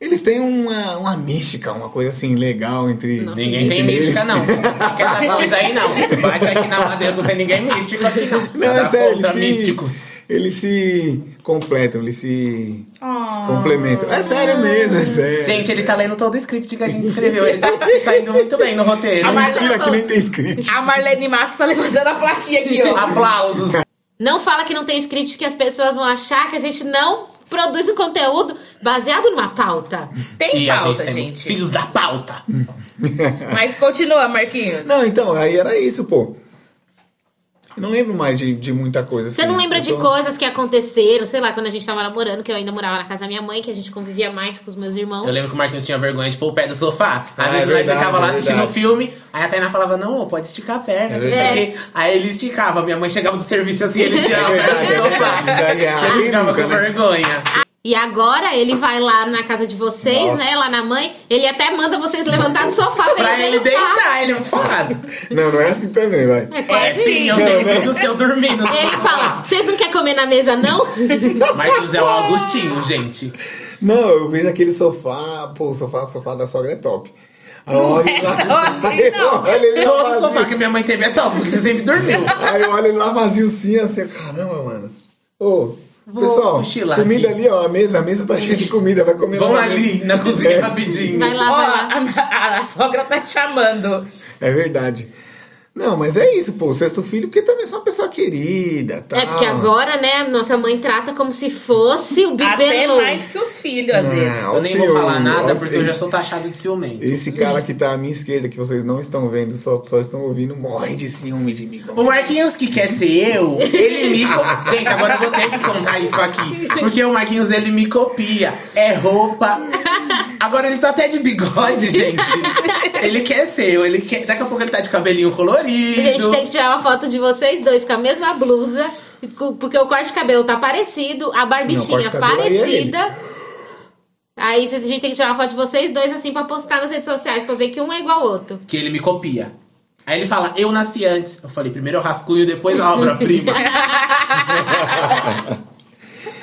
[SPEAKER 4] Eles têm uma, uma mística, uma coisa assim legal entre.
[SPEAKER 3] ninguém tem
[SPEAKER 4] entre
[SPEAKER 3] mística,
[SPEAKER 4] eles.
[SPEAKER 3] não. Não quer essa coisa aí, não. Bate aqui na madeira, não tem ninguém místico aqui, não.
[SPEAKER 4] Não, é
[SPEAKER 3] Nada
[SPEAKER 4] sério,
[SPEAKER 3] contra
[SPEAKER 4] eles se-
[SPEAKER 3] místicos.
[SPEAKER 4] Eles se completam, eles se
[SPEAKER 2] Ah.
[SPEAKER 4] complementam. É sério mesmo, é sério.
[SPEAKER 3] Gente, ele tá lendo todo o script que a gente escreveu. Ele tá saindo muito bem no roteiro.
[SPEAKER 4] Essa
[SPEAKER 1] Amar-
[SPEAKER 4] É mentira aqui nem tem script.
[SPEAKER 2] A Marlene Matos tá levantando a plaquinha aqui, ó.
[SPEAKER 3] Aplausos.
[SPEAKER 1] Não fala que não tem script, que as pessoas vão achar que a gente não produz um conteúdo baseado numa pauta.
[SPEAKER 2] Tem
[SPEAKER 3] e
[SPEAKER 2] pauta,
[SPEAKER 3] a gente,
[SPEAKER 2] gente.
[SPEAKER 3] temos filhos da pauta.
[SPEAKER 2] Mas continua, Marquinhos.
[SPEAKER 4] Não, então, aí era isso, pô. Eu não lembro mais de, de muita coisa.
[SPEAKER 1] Você
[SPEAKER 4] assim.
[SPEAKER 1] não lembra
[SPEAKER 4] Eu
[SPEAKER 1] de
[SPEAKER 4] tô-
[SPEAKER 1] coisas que aconteceram, sei lá, quando a gente tava namorando, que eu ainda morava na casa da minha mãe, que a gente convivia mais com os meus irmãos.
[SPEAKER 3] Eu lembro que o Marquinhos tinha vergonha de pôr o pé no sofá.
[SPEAKER 4] Ah,
[SPEAKER 3] Às vezes
[SPEAKER 4] é
[SPEAKER 3] nós
[SPEAKER 4] verdade,
[SPEAKER 3] ficava lá
[SPEAKER 4] é
[SPEAKER 3] assistindo o
[SPEAKER 4] verdade.
[SPEAKER 3] filme, aí a Tainá falava, não, ô, pode esticar a perna,
[SPEAKER 4] É
[SPEAKER 3] que não sei o quê. Aí ele esticava, minha mãe chegava do serviço assim, ele
[SPEAKER 4] É
[SPEAKER 3] tirava a perna do
[SPEAKER 4] verdade, é verdade.
[SPEAKER 3] sofá.
[SPEAKER 4] Daí, ah,
[SPEAKER 3] Ele
[SPEAKER 4] quem
[SPEAKER 3] ficava
[SPEAKER 4] nunca,
[SPEAKER 3] com
[SPEAKER 4] né?
[SPEAKER 3] vergonha.
[SPEAKER 1] E agora ele vai lá na casa de vocês,
[SPEAKER 4] Nossa.
[SPEAKER 1] né? Lá na mãe. Ele até manda vocês levantar do sofá pra,
[SPEAKER 3] Pra ele deitar, ele é muito falado.
[SPEAKER 4] Não, não é assim também, vai.
[SPEAKER 1] É quase
[SPEAKER 3] É sim, eu
[SPEAKER 1] isso.
[SPEAKER 3] tenho
[SPEAKER 4] Não,
[SPEAKER 3] vídeo seu dormindo.
[SPEAKER 1] Ele fala, vocês não querem comer na mesa, não?
[SPEAKER 3] Marquinhos é o Augustinho, gente.
[SPEAKER 4] Não, eu vejo aquele sofá, pô, o sofá, o sofá da sogra é top. Aí eu
[SPEAKER 1] É,
[SPEAKER 4] olho lá,
[SPEAKER 2] não, assim
[SPEAKER 4] aí eu
[SPEAKER 2] não.
[SPEAKER 4] olho tá ele assim. lá
[SPEAKER 3] Todo
[SPEAKER 4] vazio.
[SPEAKER 3] sofá que minha mãe teve é top, porque você sempre dormiu.
[SPEAKER 4] Aí eu olho ele lá vazio sim, assim, caramba, mano. Ô,
[SPEAKER 3] Vou
[SPEAKER 4] pessoal,
[SPEAKER 3] cochilar
[SPEAKER 4] comida
[SPEAKER 3] aqui.
[SPEAKER 4] ali, ó, a mesa, a mesa tá cheia de comida, vai comer
[SPEAKER 3] Vamos
[SPEAKER 4] lá na
[SPEAKER 3] ali
[SPEAKER 4] mesa.
[SPEAKER 3] na cozinha
[SPEAKER 4] É.
[SPEAKER 3] rapidinho.
[SPEAKER 1] Vai lá,
[SPEAKER 2] Ó,
[SPEAKER 1] vai lá.
[SPEAKER 2] a, a- a sogra tá te chamando.
[SPEAKER 4] É verdade. Não, mas é isso, pô. Sexto filho, porque também sou uma pessoa querida, tá? tal.
[SPEAKER 1] É porque agora, né, nossa mãe trata como se fosse o
[SPEAKER 2] Até
[SPEAKER 1] bibelô.
[SPEAKER 2] mais que os filhos, às
[SPEAKER 4] Não.
[SPEAKER 2] vezes.
[SPEAKER 3] Eu nem vou
[SPEAKER 4] É, Senhor,
[SPEAKER 3] falar nada
[SPEAKER 4] nossa,
[SPEAKER 3] porque eu já
[SPEAKER 4] esse-
[SPEAKER 3] sou taxado de ciumento.
[SPEAKER 4] Esse cara que tá à minha esquerda, que vocês não estão vendo, só, só estão ouvindo, morre de ciúme de mim.
[SPEAKER 3] O Marquinhos que quer ser eu, ele me. co- Gente, agora eu vou ter que contar isso aqui. Porque o Marquinhos, ele me copia. É roupa. Agora ele tá até de bigode, gente. Ele quer ser eu, ele quer. Daqui a pouco ele tá de cabelinho
[SPEAKER 1] A
[SPEAKER 3] colorido.
[SPEAKER 1] gente tem que tirar uma foto de vocês dois com a mesma blusa, co- porque o corte de cabelo tá parecido, a barbichinha
[SPEAKER 4] Não, o corte de cabelo aí é ele.
[SPEAKER 1] parecida. Aí cê- a gente tem que tirar uma foto de vocês dois, assim, pra postar nas redes sociais, pra ver que um é igual ao outro.
[SPEAKER 3] que ele me copia. Aí ele fala, eu nasci antes. Eu falei, primeiro eu rascunho, depois a obra-prima.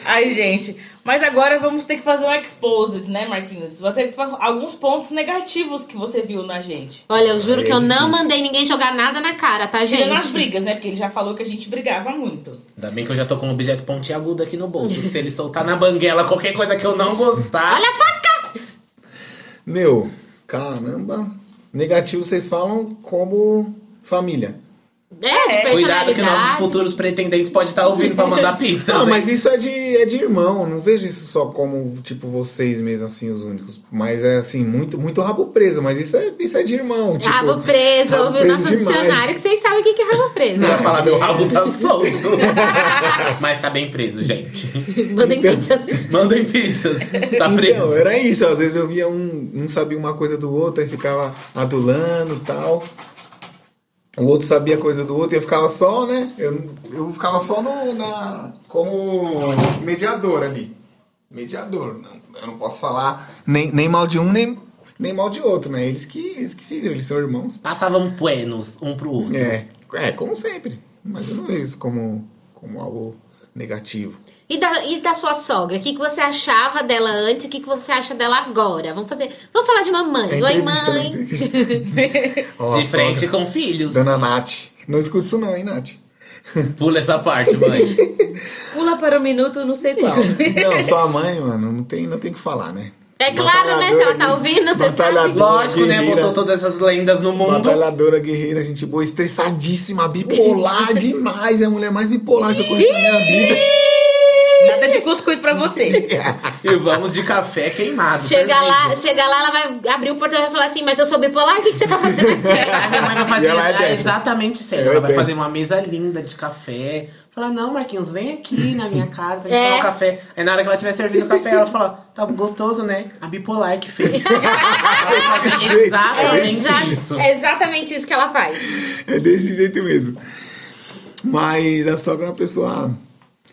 [SPEAKER 2] Ai, gente. Mas agora vamos ter que fazer um exposed, né, Marquinhos? Você alguns pontos negativos que você viu na gente.
[SPEAKER 1] Olha, eu juro
[SPEAKER 4] É
[SPEAKER 1] que eu não
[SPEAKER 4] difícil.
[SPEAKER 1] mandei ninguém jogar nada na cara, tá, gente?
[SPEAKER 2] Tirando as brigas, né? Porque ele já falou que a gente brigava muito.
[SPEAKER 3] Ainda bem que eu já tô com um objeto pontiagudo aqui no bolso. porque Se ele soltar na banguela qualquer coisa que eu não gostar.
[SPEAKER 1] Olha a faca!
[SPEAKER 4] Meu, caramba. Negativo, vocês falam como família.
[SPEAKER 1] É,
[SPEAKER 2] É,
[SPEAKER 3] Cuidado que nossos
[SPEAKER 1] personalidade.
[SPEAKER 3] futuros pretendentes podem estar ouvindo pra mandar pizza.
[SPEAKER 4] Não,
[SPEAKER 3] né?
[SPEAKER 4] mas isso é de, é de irmão. Não vejo isso só como, tipo, vocês mesmo, assim, os únicos. Mas é, assim, muito, muito rabo preso. Mas isso é, isso é de irmão. Tipo,
[SPEAKER 1] Rabo preso,
[SPEAKER 4] rabo
[SPEAKER 1] ouviu
[SPEAKER 4] preso
[SPEAKER 1] nosso
[SPEAKER 4] demais.
[SPEAKER 1] dicionário, que vocês sabem o que que é rabo preso.
[SPEAKER 3] Eu ia falar, meu rabo tá solto. mas tá bem preso, gente.
[SPEAKER 1] Mandem
[SPEAKER 4] Então-
[SPEAKER 1] pizzas.
[SPEAKER 3] Mandem pizzas. Tá
[SPEAKER 4] Então,
[SPEAKER 3] preso.
[SPEAKER 4] era isso. Às vezes eu via um, um sabia uma coisa do outro, aí ficava adulando e tal. O outro sabia coisa do outro e eu ficava só, né? Eu, eu ficava só no, na, como mediador ali. Mediador. Não, eu não posso falar nem, nem mal de um, nem, nem mal de outro, né? Eles que, eles que se viram, eles são irmãos.
[SPEAKER 3] Passavam buenos um pro outro.
[SPEAKER 4] É, é, como sempre. Mas eu não vejo isso como, como algo negativo.
[SPEAKER 1] E da, e da sua sogra? O que, que você achava dela antes? O que, que você acha dela agora? Vamos fazer. Vamos falar de mamãe.
[SPEAKER 4] É
[SPEAKER 1] Oi,
[SPEAKER 4] entrevista, né?
[SPEAKER 1] mãe.
[SPEAKER 4] Entrevista. Ó,
[SPEAKER 3] De
[SPEAKER 4] a
[SPEAKER 3] frente
[SPEAKER 4] sogra.
[SPEAKER 3] com filhos.
[SPEAKER 4] Dona Nath. Não escuta isso não, hein, Nath?
[SPEAKER 3] Pula essa parte, mãe.
[SPEAKER 2] Pula para o minuto, não sei qual.
[SPEAKER 4] Não, sua mãe, mano, não tem o não tem o que falar, né?
[SPEAKER 1] É claro, né? Se ela tá
[SPEAKER 4] Batalhadora,
[SPEAKER 1] ouvindo, você sabe.
[SPEAKER 4] batalhadora.
[SPEAKER 3] Lógico, né?
[SPEAKER 4] Guerreira.
[SPEAKER 3] Botou todas essas lendas no mundo.
[SPEAKER 4] Batalhadora, guerreira, gente boa, estressadíssima, bipolar demais. É a mulher mais bipolar que eu conheço na minha vida.
[SPEAKER 2] Nada de cuscuz pra você.
[SPEAKER 3] E vamos de café queimado.
[SPEAKER 1] Chega
[SPEAKER 3] fervido.
[SPEAKER 1] lá, chega lá, ela vai abrir o portão e vai falar assim: Mas eu sou bipolar, o que, que você tá fazendo aqui?
[SPEAKER 3] A minha mãe vai fazer
[SPEAKER 4] E ela é
[SPEAKER 3] ah,
[SPEAKER 4] dessa.
[SPEAKER 3] exatamente isso. aí. Ela
[SPEAKER 4] Ela é
[SPEAKER 3] vai fazer
[SPEAKER 4] dessa.
[SPEAKER 3] uma mesa linda de café. Falar, não, Marquinhos, vem aqui na minha casa pra gente
[SPEAKER 1] É.
[SPEAKER 3] tomar um café. Aí na hora que ela tiver servido o café, ela fala, tá gostoso, né? A bipolar que
[SPEAKER 4] É
[SPEAKER 3] fez. Ela vai fazer exatamente
[SPEAKER 1] exa-
[SPEAKER 3] isso.
[SPEAKER 1] é exatamente isso que ela faz.
[SPEAKER 4] É desse jeito mesmo. Mas a sogra é uma pessoa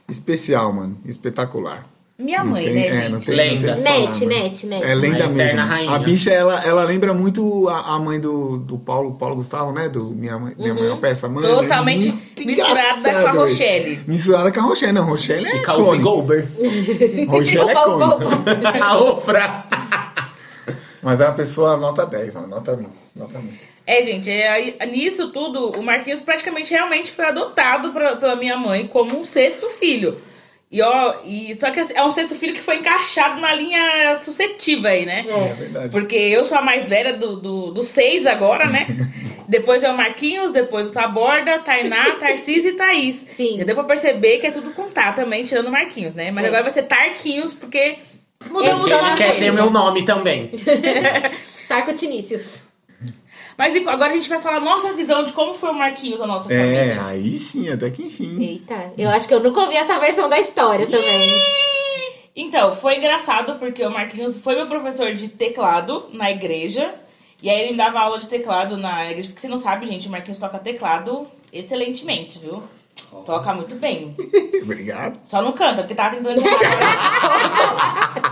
[SPEAKER 4] especial, mano. Espetacular.
[SPEAKER 2] Minha
[SPEAKER 4] Não
[SPEAKER 2] mãe,
[SPEAKER 4] tem-
[SPEAKER 2] né,
[SPEAKER 4] é,
[SPEAKER 2] gente?
[SPEAKER 4] não tem- não
[SPEAKER 3] Lenda.
[SPEAKER 4] tem o que
[SPEAKER 1] Net,
[SPEAKER 4] falar, mano.
[SPEAKER 1] net, net.
[SPEAKER 4] É
[SPEAKER 3] Uma
[SPEAKER 4] lenda
[SPEAKER 3] eterna
[SPEAKER 4] mesmo.
[SPEAKER 3] rainha.
[SPEAKER 4] A bicha, ela, ela lembra muito a, a mãe do, do Paulo, Paulo Gustavo, né? Do Minha Mãe, minha mãe é uma peça. Mano, é
[SPEAKER 2] Totalmente
[SPEAKER 4] muito
[SPEAKER 2] misturada
[SPEAKER 4] engraçado,
[SPEAKER 2] com a
[SPEAKER 4] velho.
[SPEAKER 2] Rochelle.
[SPEAKER 4] Misturada com a Rochelle. Não, Rochelle é
[SPEAKER 3] E Calvin
[SPEAKER 4] clone.
[SPEAKER 3] Goldberg.
[SPEAKER 4] Rochelle é
[SPEAKER 1] Opa, opa,
[SPEAKER 4] clone.
[SPEAKER 1] opa.
[SPEAKER 3] A Ofra.
[SPEAKER 4] Mas é uma pessoa nota 10, mano. Nota mil. Nota mil.
[SPEAKER 2] É, gente, é, aí, nisso tudo, o Marquinhos praticamente realmente foi adotado pra- pela minha mãe como um sexto filho. E, ó, e, só que é um sexto filho que foi encaixado na linha suscetiva aí, né?
[SPEAKER 4] É,
[SPEAKER 1] É.
[SPEAKER 4] verdade.
[SPEAKER 2] Porque eu sou a mais velha do, do, do seis agora, né? depois é o Marquinhos, depois o Taborda, Tainá, Tarcísio e Thaís.
[SPEAKER 1] Sim.
[SPEAKER 2] Já deu pra perceber que é tudo com Tá também, tirando o Marquinhos, né? Mas
[SPEAKER 1] É.
[SPEAKER 2] agora vai ser Tarquinhos, porque mudamos
[SPEAKER 3] Porque
[SPEAKER 2] o
[SPEAKER 1] Vamos
[SPEAKER 3] ele
[SPEAKER 1] lá,
[SPEAKER 2] nome
[SPEAKER 3] É, quer
[SPEAKER 2] dele.
[SPEAKER 3] ter meu nome também.
[SPEAKER 1] Tá com o Tinícius.
[SPEAKER 2] Mas e- agora a gente vai falar a nossa visão de como foi o Marquinhos, a nossa família.
[SPEAKER 4] É, aí sim, até que enfim.
[SPEAKER 1] Eita, eu acho que eu nunca ouvi essa versão da história também.
[SPEAKER 2] Então, foi engraçado porque o Marquinhos foi meu professor de teclado na igreja. E aí ele me dava aula de teclado na igreja. Porque você não sabe, gente, o Marquinhos toca teclado excelentemente, viu? Toca muito bem.
[SPEAKER 4] Obrigado.
[SPEAKER 2] Só não canta, porque tava tentando cantar.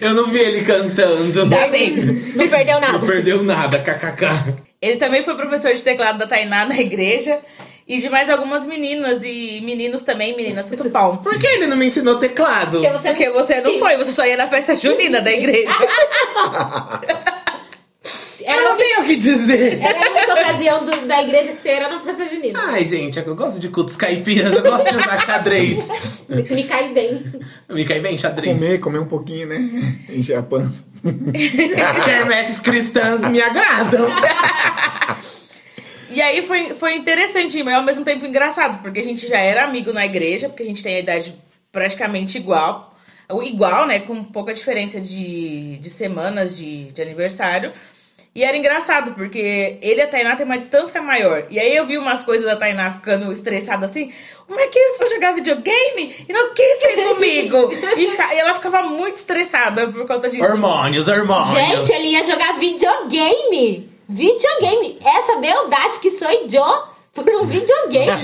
[SPEAKER 3] Eu não vi ele cantando.
[SPEAKER 2] Tá bem.
[SPEAKER 1] Não perdeu
[SPEAKER 3] Não
[SPEAKER 1] nada.
[SPEAKER 3] perdeu nada, kkk.
[SPEAKER 2] Ele também foi professor de teclado da Tainá na igreja. E de mais algumas meninas e meninos também, meninas, tudo pau.
[SPEAKER 3] Por que ele não me ensinou teclado?
[SPEAKER 1] Porque você
[SPEAKER 2] Porque você não foi, você só ia na festa junina da igreja.
[SPEAKER 3] Eu
[SPEAKER 1] era
[SPEAKER 3] não tenho o que dizer.
[SPEAKER 1] Era a única ocasião do- da igreja que você era na festa junina.
[SPEAKER 3] Ai, gente, é eu gosto de cultos caipiras, eu gosto de usar xadrez.
[SPEAKER 1] Me, me cai bem.
[SPEAKER 3] Me cai bem, xadrez.
[SPEAKER 4] Comer, comer um pouquinho, né? Encher a pança.
[SPEAKER 3] Quermesses cristãs me agradam.
[SPEAKER 2] E E aí foi, foi interessante, mas ao mesmo tempo engraçado, porque a gente já era amigo na igreja, porque a gente tem a idade praticamente igual. ou Igual, né? Com pouca diferença de, de semanas de, de aniversário. E era engraçado, porque ele e a Tainá tem uma distância maior. E aí eu vi umas coisas da Tainá ficando estressada assim. O Marquinhos foi jogar videogame e não quis ir comigo. E, fica- e ela ficava muito estressada por conta disso.
[SPEAKER 3] Hormônios, hormônios.
[SPEAKER 1] Gente, ele ia jogar videogame! Videogame! Essa beldade que sou eu por um videogame!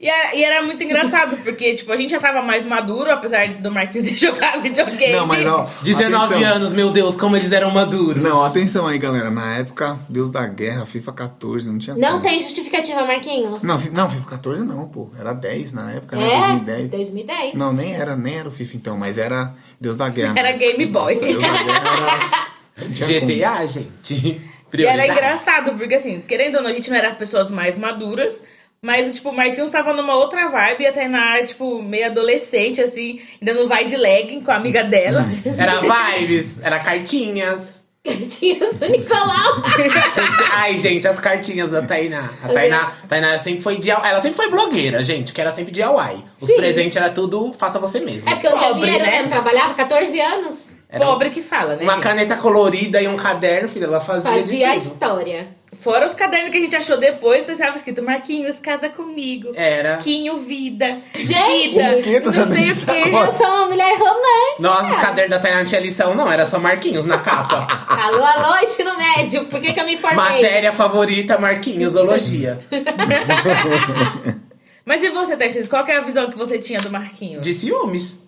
[SPEAKER 2] E era, e era muito engraçado, porque, tipo, a gente já tava mais maduro, apesar do Marquinhos ir jogar videogame.
[SPEAKER 4] Não, mas ó.
[SPEAKER 3] 19
[SPEAKER 4] atenção.
[SPEAKER 3] anos, meu Deus, como eles eram maduros.
[SPEAKER 4] Não, atenção aí, galera. Na época, Deus da Guerra, FIFA 14, não tinha.
[SPEAKER 1] Não
[SPEAKER 4] como.
[SPEAKER 1] tem justificativa, Marquinhos?
[SPEAKER 4] Não, fi- não, FIFA 14 não, pô. Era 10 na época, né?
[SPEAKER 1] É?
[SPEAKER 4] 2010.
[SPEAKER 1] 2010.
[SPEAKER 4] Não, nem era, nem era o FIFA então, mas era Deus da Guerra. né?
[SPEAKER 2] Era Game Boy.
[SPEAKER 4] Nossa, Deus da Guerra era... não tinha como.
[SPEAKER 3] GTA, gente.
[SPEAKER 2] E era
[SPEAKER 3] Prioridade.
[SPEAKER 2] engraçado, porque assim, querendo ou não, a gente não era pessoas mais maduras, mas, tipo, o Marquinhos tava numa outra vibe, e a Tainá, tipo, meio adolescente, assim, ainda não vai de legging com a amiga dela.
[SPEAKER 4] Uhum.
[SPEAKER 3] Era vibes, era cartinhas.
[SPEAKER 1] Cartinhas do Nicolau!
[SPEAKER 3] Ai, gente, as cartinhas da Tainá. A Tainá, a Tainá sempre foi de, ela sempre foi blogueira, gente, que era sempre DIY. Os
[SPEAKER 1] Sim.
[SPEAKER 3] presentes era tudo faça você mesmo.
[SPEAKER 1] É porque eu não tinha
[SPEAKER 2] Pobre,
[SPEAKER 1] dinheiro,
[SPEAKER 2] né?
[SPEAKER 1] né? Eu não trabalhava 14 anos.
[SPEAKER 3] Era
[SPEAKER 2] Pobre que fala, né?
[SPEAKER 3] Uma
[SPEAKER 2] gente?
[SPEAKER 3] caneta colorida e um caderno, filha, ela fazia,
[SPEAKER 1] Fazia a
[SPEAKER 3] de tudo.
[SPEAKER 1] história.
[SPEAKER 2] Fora os cadernos que a gente achou depois, estava escrito Marquinhos, casa comigo.
[SPEAKER 3] Era.
[SPEAKER 2] Quinho, vida.
[SPEAKER 1] Gente!
[SPEAKER 2] vida,
[SPEAKER 4] O quê? Tô
[SPEAKER 2] não
[SPEAKER 4] sabendo
[SPEAKER 2] sei o
[SPEAKER 4] disso
[SPEAKER 2] quê.
[SPEAKER 4] agora.
[SPEAKER 1] Eu sou uma mulher romântica!
[SPEAKER 3] Nossa, os cadernos da Tainá não tinha lição, não, era só Marquinhos na capa.
[SPEAKER 1] Alô, alô, ensino médio, por que, que eu me formei?
[SPEAKER 3] Matéria favorita, Marquinhos, zoologia.
[SPEAKER 2] Mas e você, Tarcísio? Qual que é a visão que você tinha do Marquinhos?
[SPEAKER 3] De ciúmes.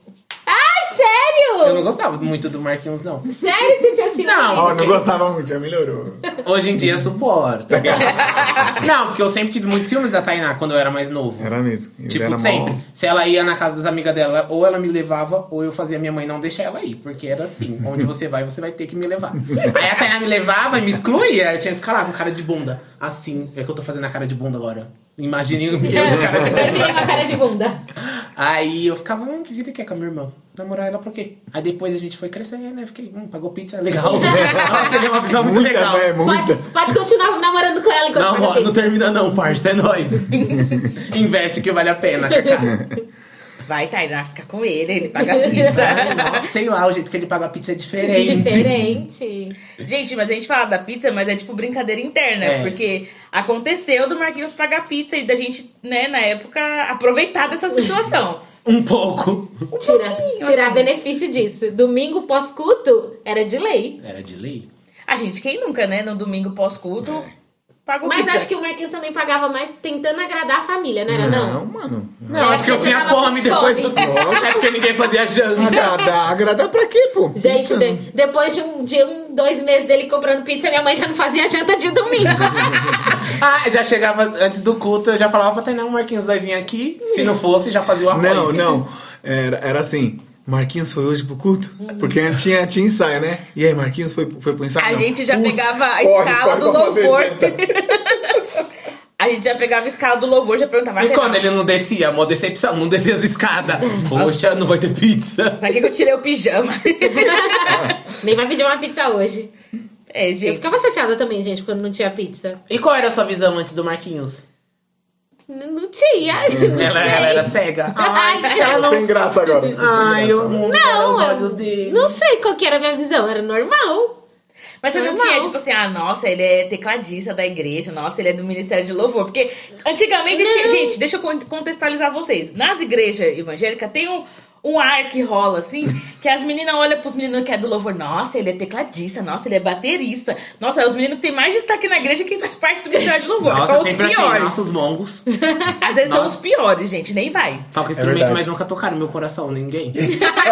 [SPEAKER 3] Eu
[SPEAKER 1] Sério?
[SPEAKER 3] não gostava muito do Marquinhos, não.
[SPEAKER 1] Sério que você tinha ciúme?
[SPEAKER 3] Não,
[SPEAKER 4] Ó, não gostava muito, já melhorou.
[SPEAKER 3] Hoje em dia eu suporto. não, porque eu sempre tive muitos ciúmes da Tainá quando eu era mais novo.
[SPEAKER 4] Era mesmo. É, Ele
[SPEAKER 3] Tipo,
[SPEAKER 4] era mó-
[SPEAKER 3] sempre. Se ela ia na casa das amigas dela, ou ela me levava, ou eu fazia minha mãe não deixar ela ir. Porque era assim, onde você vai, você vai ter que me levar. Aí a Tainá me levava e me excluía. Eu tinha que ficar lá com cara de bunda. Assim, é que eu tô fazendo a cara de bunda agora. Imaginem eu de cara de
[SPEAKER 1] Eu
[SPEAKER 3] bunda.
[SPEAKER 1] tirei uma cara de bunda.
[SPEAKER 3] Aí eu ficava, hum, o que ele quer com a minha irmã? Namorar ela por quê? Aí depois a gente foi crescer, né? Eu Fiquei, hum, pagou pizza, legal. Nossa, ele é uma pessoa muito
[SPEAKER 4] Muita,
[SPEAKER 3] legal.
[SPEAKER 4] né? Muita.
[SPEAKER 1] Pode, pode continuar namorando com ela enquanto
[SPEAKER 3] Não,
[SPEAKER 1] faz
[SPEAKER 3] ó,
[SPEAKER 1] aquilo.
[SPEAKER 3] não termina não, parça, é nóis. Investe que vale a pena, Cacá.
[SPEAKER 2] Vai, Tainá, fica com ele, ele paga a pizza.
[SPEAKER 3] Sei lá, o jeito que ele paga a pizza é diferente.
[SPEAKER 1] Diferente.
[SPEAKER 2] gente, mas a gente fala da pizza, mas é tipo brincadeira interna,
[SPEAKER 3] É.
[SPEAKER 2] porque aconteceu do Marquinhos pagar pizza e da gente, né, na época, aproveitar dessa situação.
[SPEAKER 3] Um assim. pouco.
[SPEAKER 1] Tirar, tirar benefício disso. Domingo pós-culto era de lei.
[SPEAKER 3] Era de lei?
[SPEAKER 2] A gente, quem nunca, né, no domingo pós-culto, pagou
[SPEAKER 1] Mas
[SPEAKER 2] pizza.
[SPEAKER 1] acho que o Marquinhos também pagava mais tentando agradar a família, não era não?
[SPEAKER 4] Não, mano.
[SPEAKER 3] Não, é porque eu tinha fome depois do É porque ninguém fazia janta.
[SPEAKER 4] Agradar, agradar pra quê, pô?
[SPEAKER 1] Gente,
[SPEAKER 4] Pizza,
[SPEAKER 1] de-
[SPEAKER 4] não.
[SPEAKER 1] depois de um, de um, dois meses dele comprando pizza, minha mãe já não fazia janta de domingo.
[SPEAKER 3] Ah, já chegava antes do culto, eu já falava pra Tainá, o Marquinhos vai vir aqui. Se não fosse, já fazia o apoio.
[SPEAKER 4] Não, não. Era, era assim. Marquinhos foi hoje pro culto? Porque antes tinha, tinha ensaio, né? E aí, Marquinhos foi, foi pro ensaio?
[SPEAKER 2] Hum. A
[SPEAKER 4] Não.
[SPEAKER 2] gente já
[SPEAKER 4] Putz,
[SPEAKER 2] pegava a
[SPEAKER 4] corre,
[SPEAKER 2] escala
[SPEAKER 4] corre
[SPEAKER 2] do
[SPEAKER 4] pra fazer
[SPEAKER 2] louvor.
[SPEAKER 4] janta.
[SPEAKER 2] A gente já pegava a escala do louvor, já perguntava...
[SPEAKER 3] E
[SPEAKER 2] "Ah,
[SPEAKER 3] quando ele não descia, mó decepção, não descia as escadas. Poxa, não vai ter pizza.
[SPEAKER 2] Pra que que eu tirei o pijama?
[SPEAKER 1] Nem vai pedir uma pizza hoje.
[SPEAKER 2] é, gente.
[SPEAKER 1] Eu ficava chateada também, gente, quando não tinha pizza.
[SPEAKER 3] E qual era a sua visão antes do Marquinhos?
[SPEAKER 1] N- não tinha.
[SPEAKER 4] Uhum.
[SPEAKER 1] não
[SPEAKER 3] Ela,
[SPEAKER 1] sei.
[SPEAKER 3] ela era cega. Ai,
[SPEAKER 1] Ai,
[SPEAKER 3] ela não. né?
[SPEAKER 4] Sem graça agora. sem
[SPEAKER 3] Ai,
[SPEAKER 4] graça.
[SPEAKER 3] eu não.
[SPEAKER 1] Não,
[SPEAKER 3] os
[SPEAKER 1] eu-
[SPEAKER 3] olhos dele.
[SPEAKER 1] Não sei qual que era a minha visão, era normal.
[SPEAKER 2] Mas você não
[SPEAKER 1] Normal.
[SPEAKER 2] tinha, tipo assim, ah, nossa, ele é tecladista da igreja, nossa, ele é do Ministério de Louvor. Porque antigamente tinha. Gente, deixa eu con- contextualizar vocês. Nas igrejas evangélicas tem um. Um ar que rola, assim, que as meninas olham pros meninos que é do louvor. Nossa, ele é tecladista, nossa, ele é baterista. Nossa, é os meninos que tem mais destaque na igreja que faz parte do Ministério de Louvor.
[SPEAKER 3] Nossa,
[SPEAKER 2] São
[SPEAKER 3] eu
[SPEAKER 2] os
[SPEAKER 3] sempre achei
[SPEAKER 2] piores.
[SPEAKER 3] nossos mongos.
[SPEAKER 2] Às vezes são os
[SPEAKER 3] Nossa.
[SPEAKER 2] piores, gente, nem vai.
[SPEAKER 3] Toca instrumento,
[SPEAKER 4] verdade.
[SPEAKER 3] mas nunca tocaram meu coração, ninguém.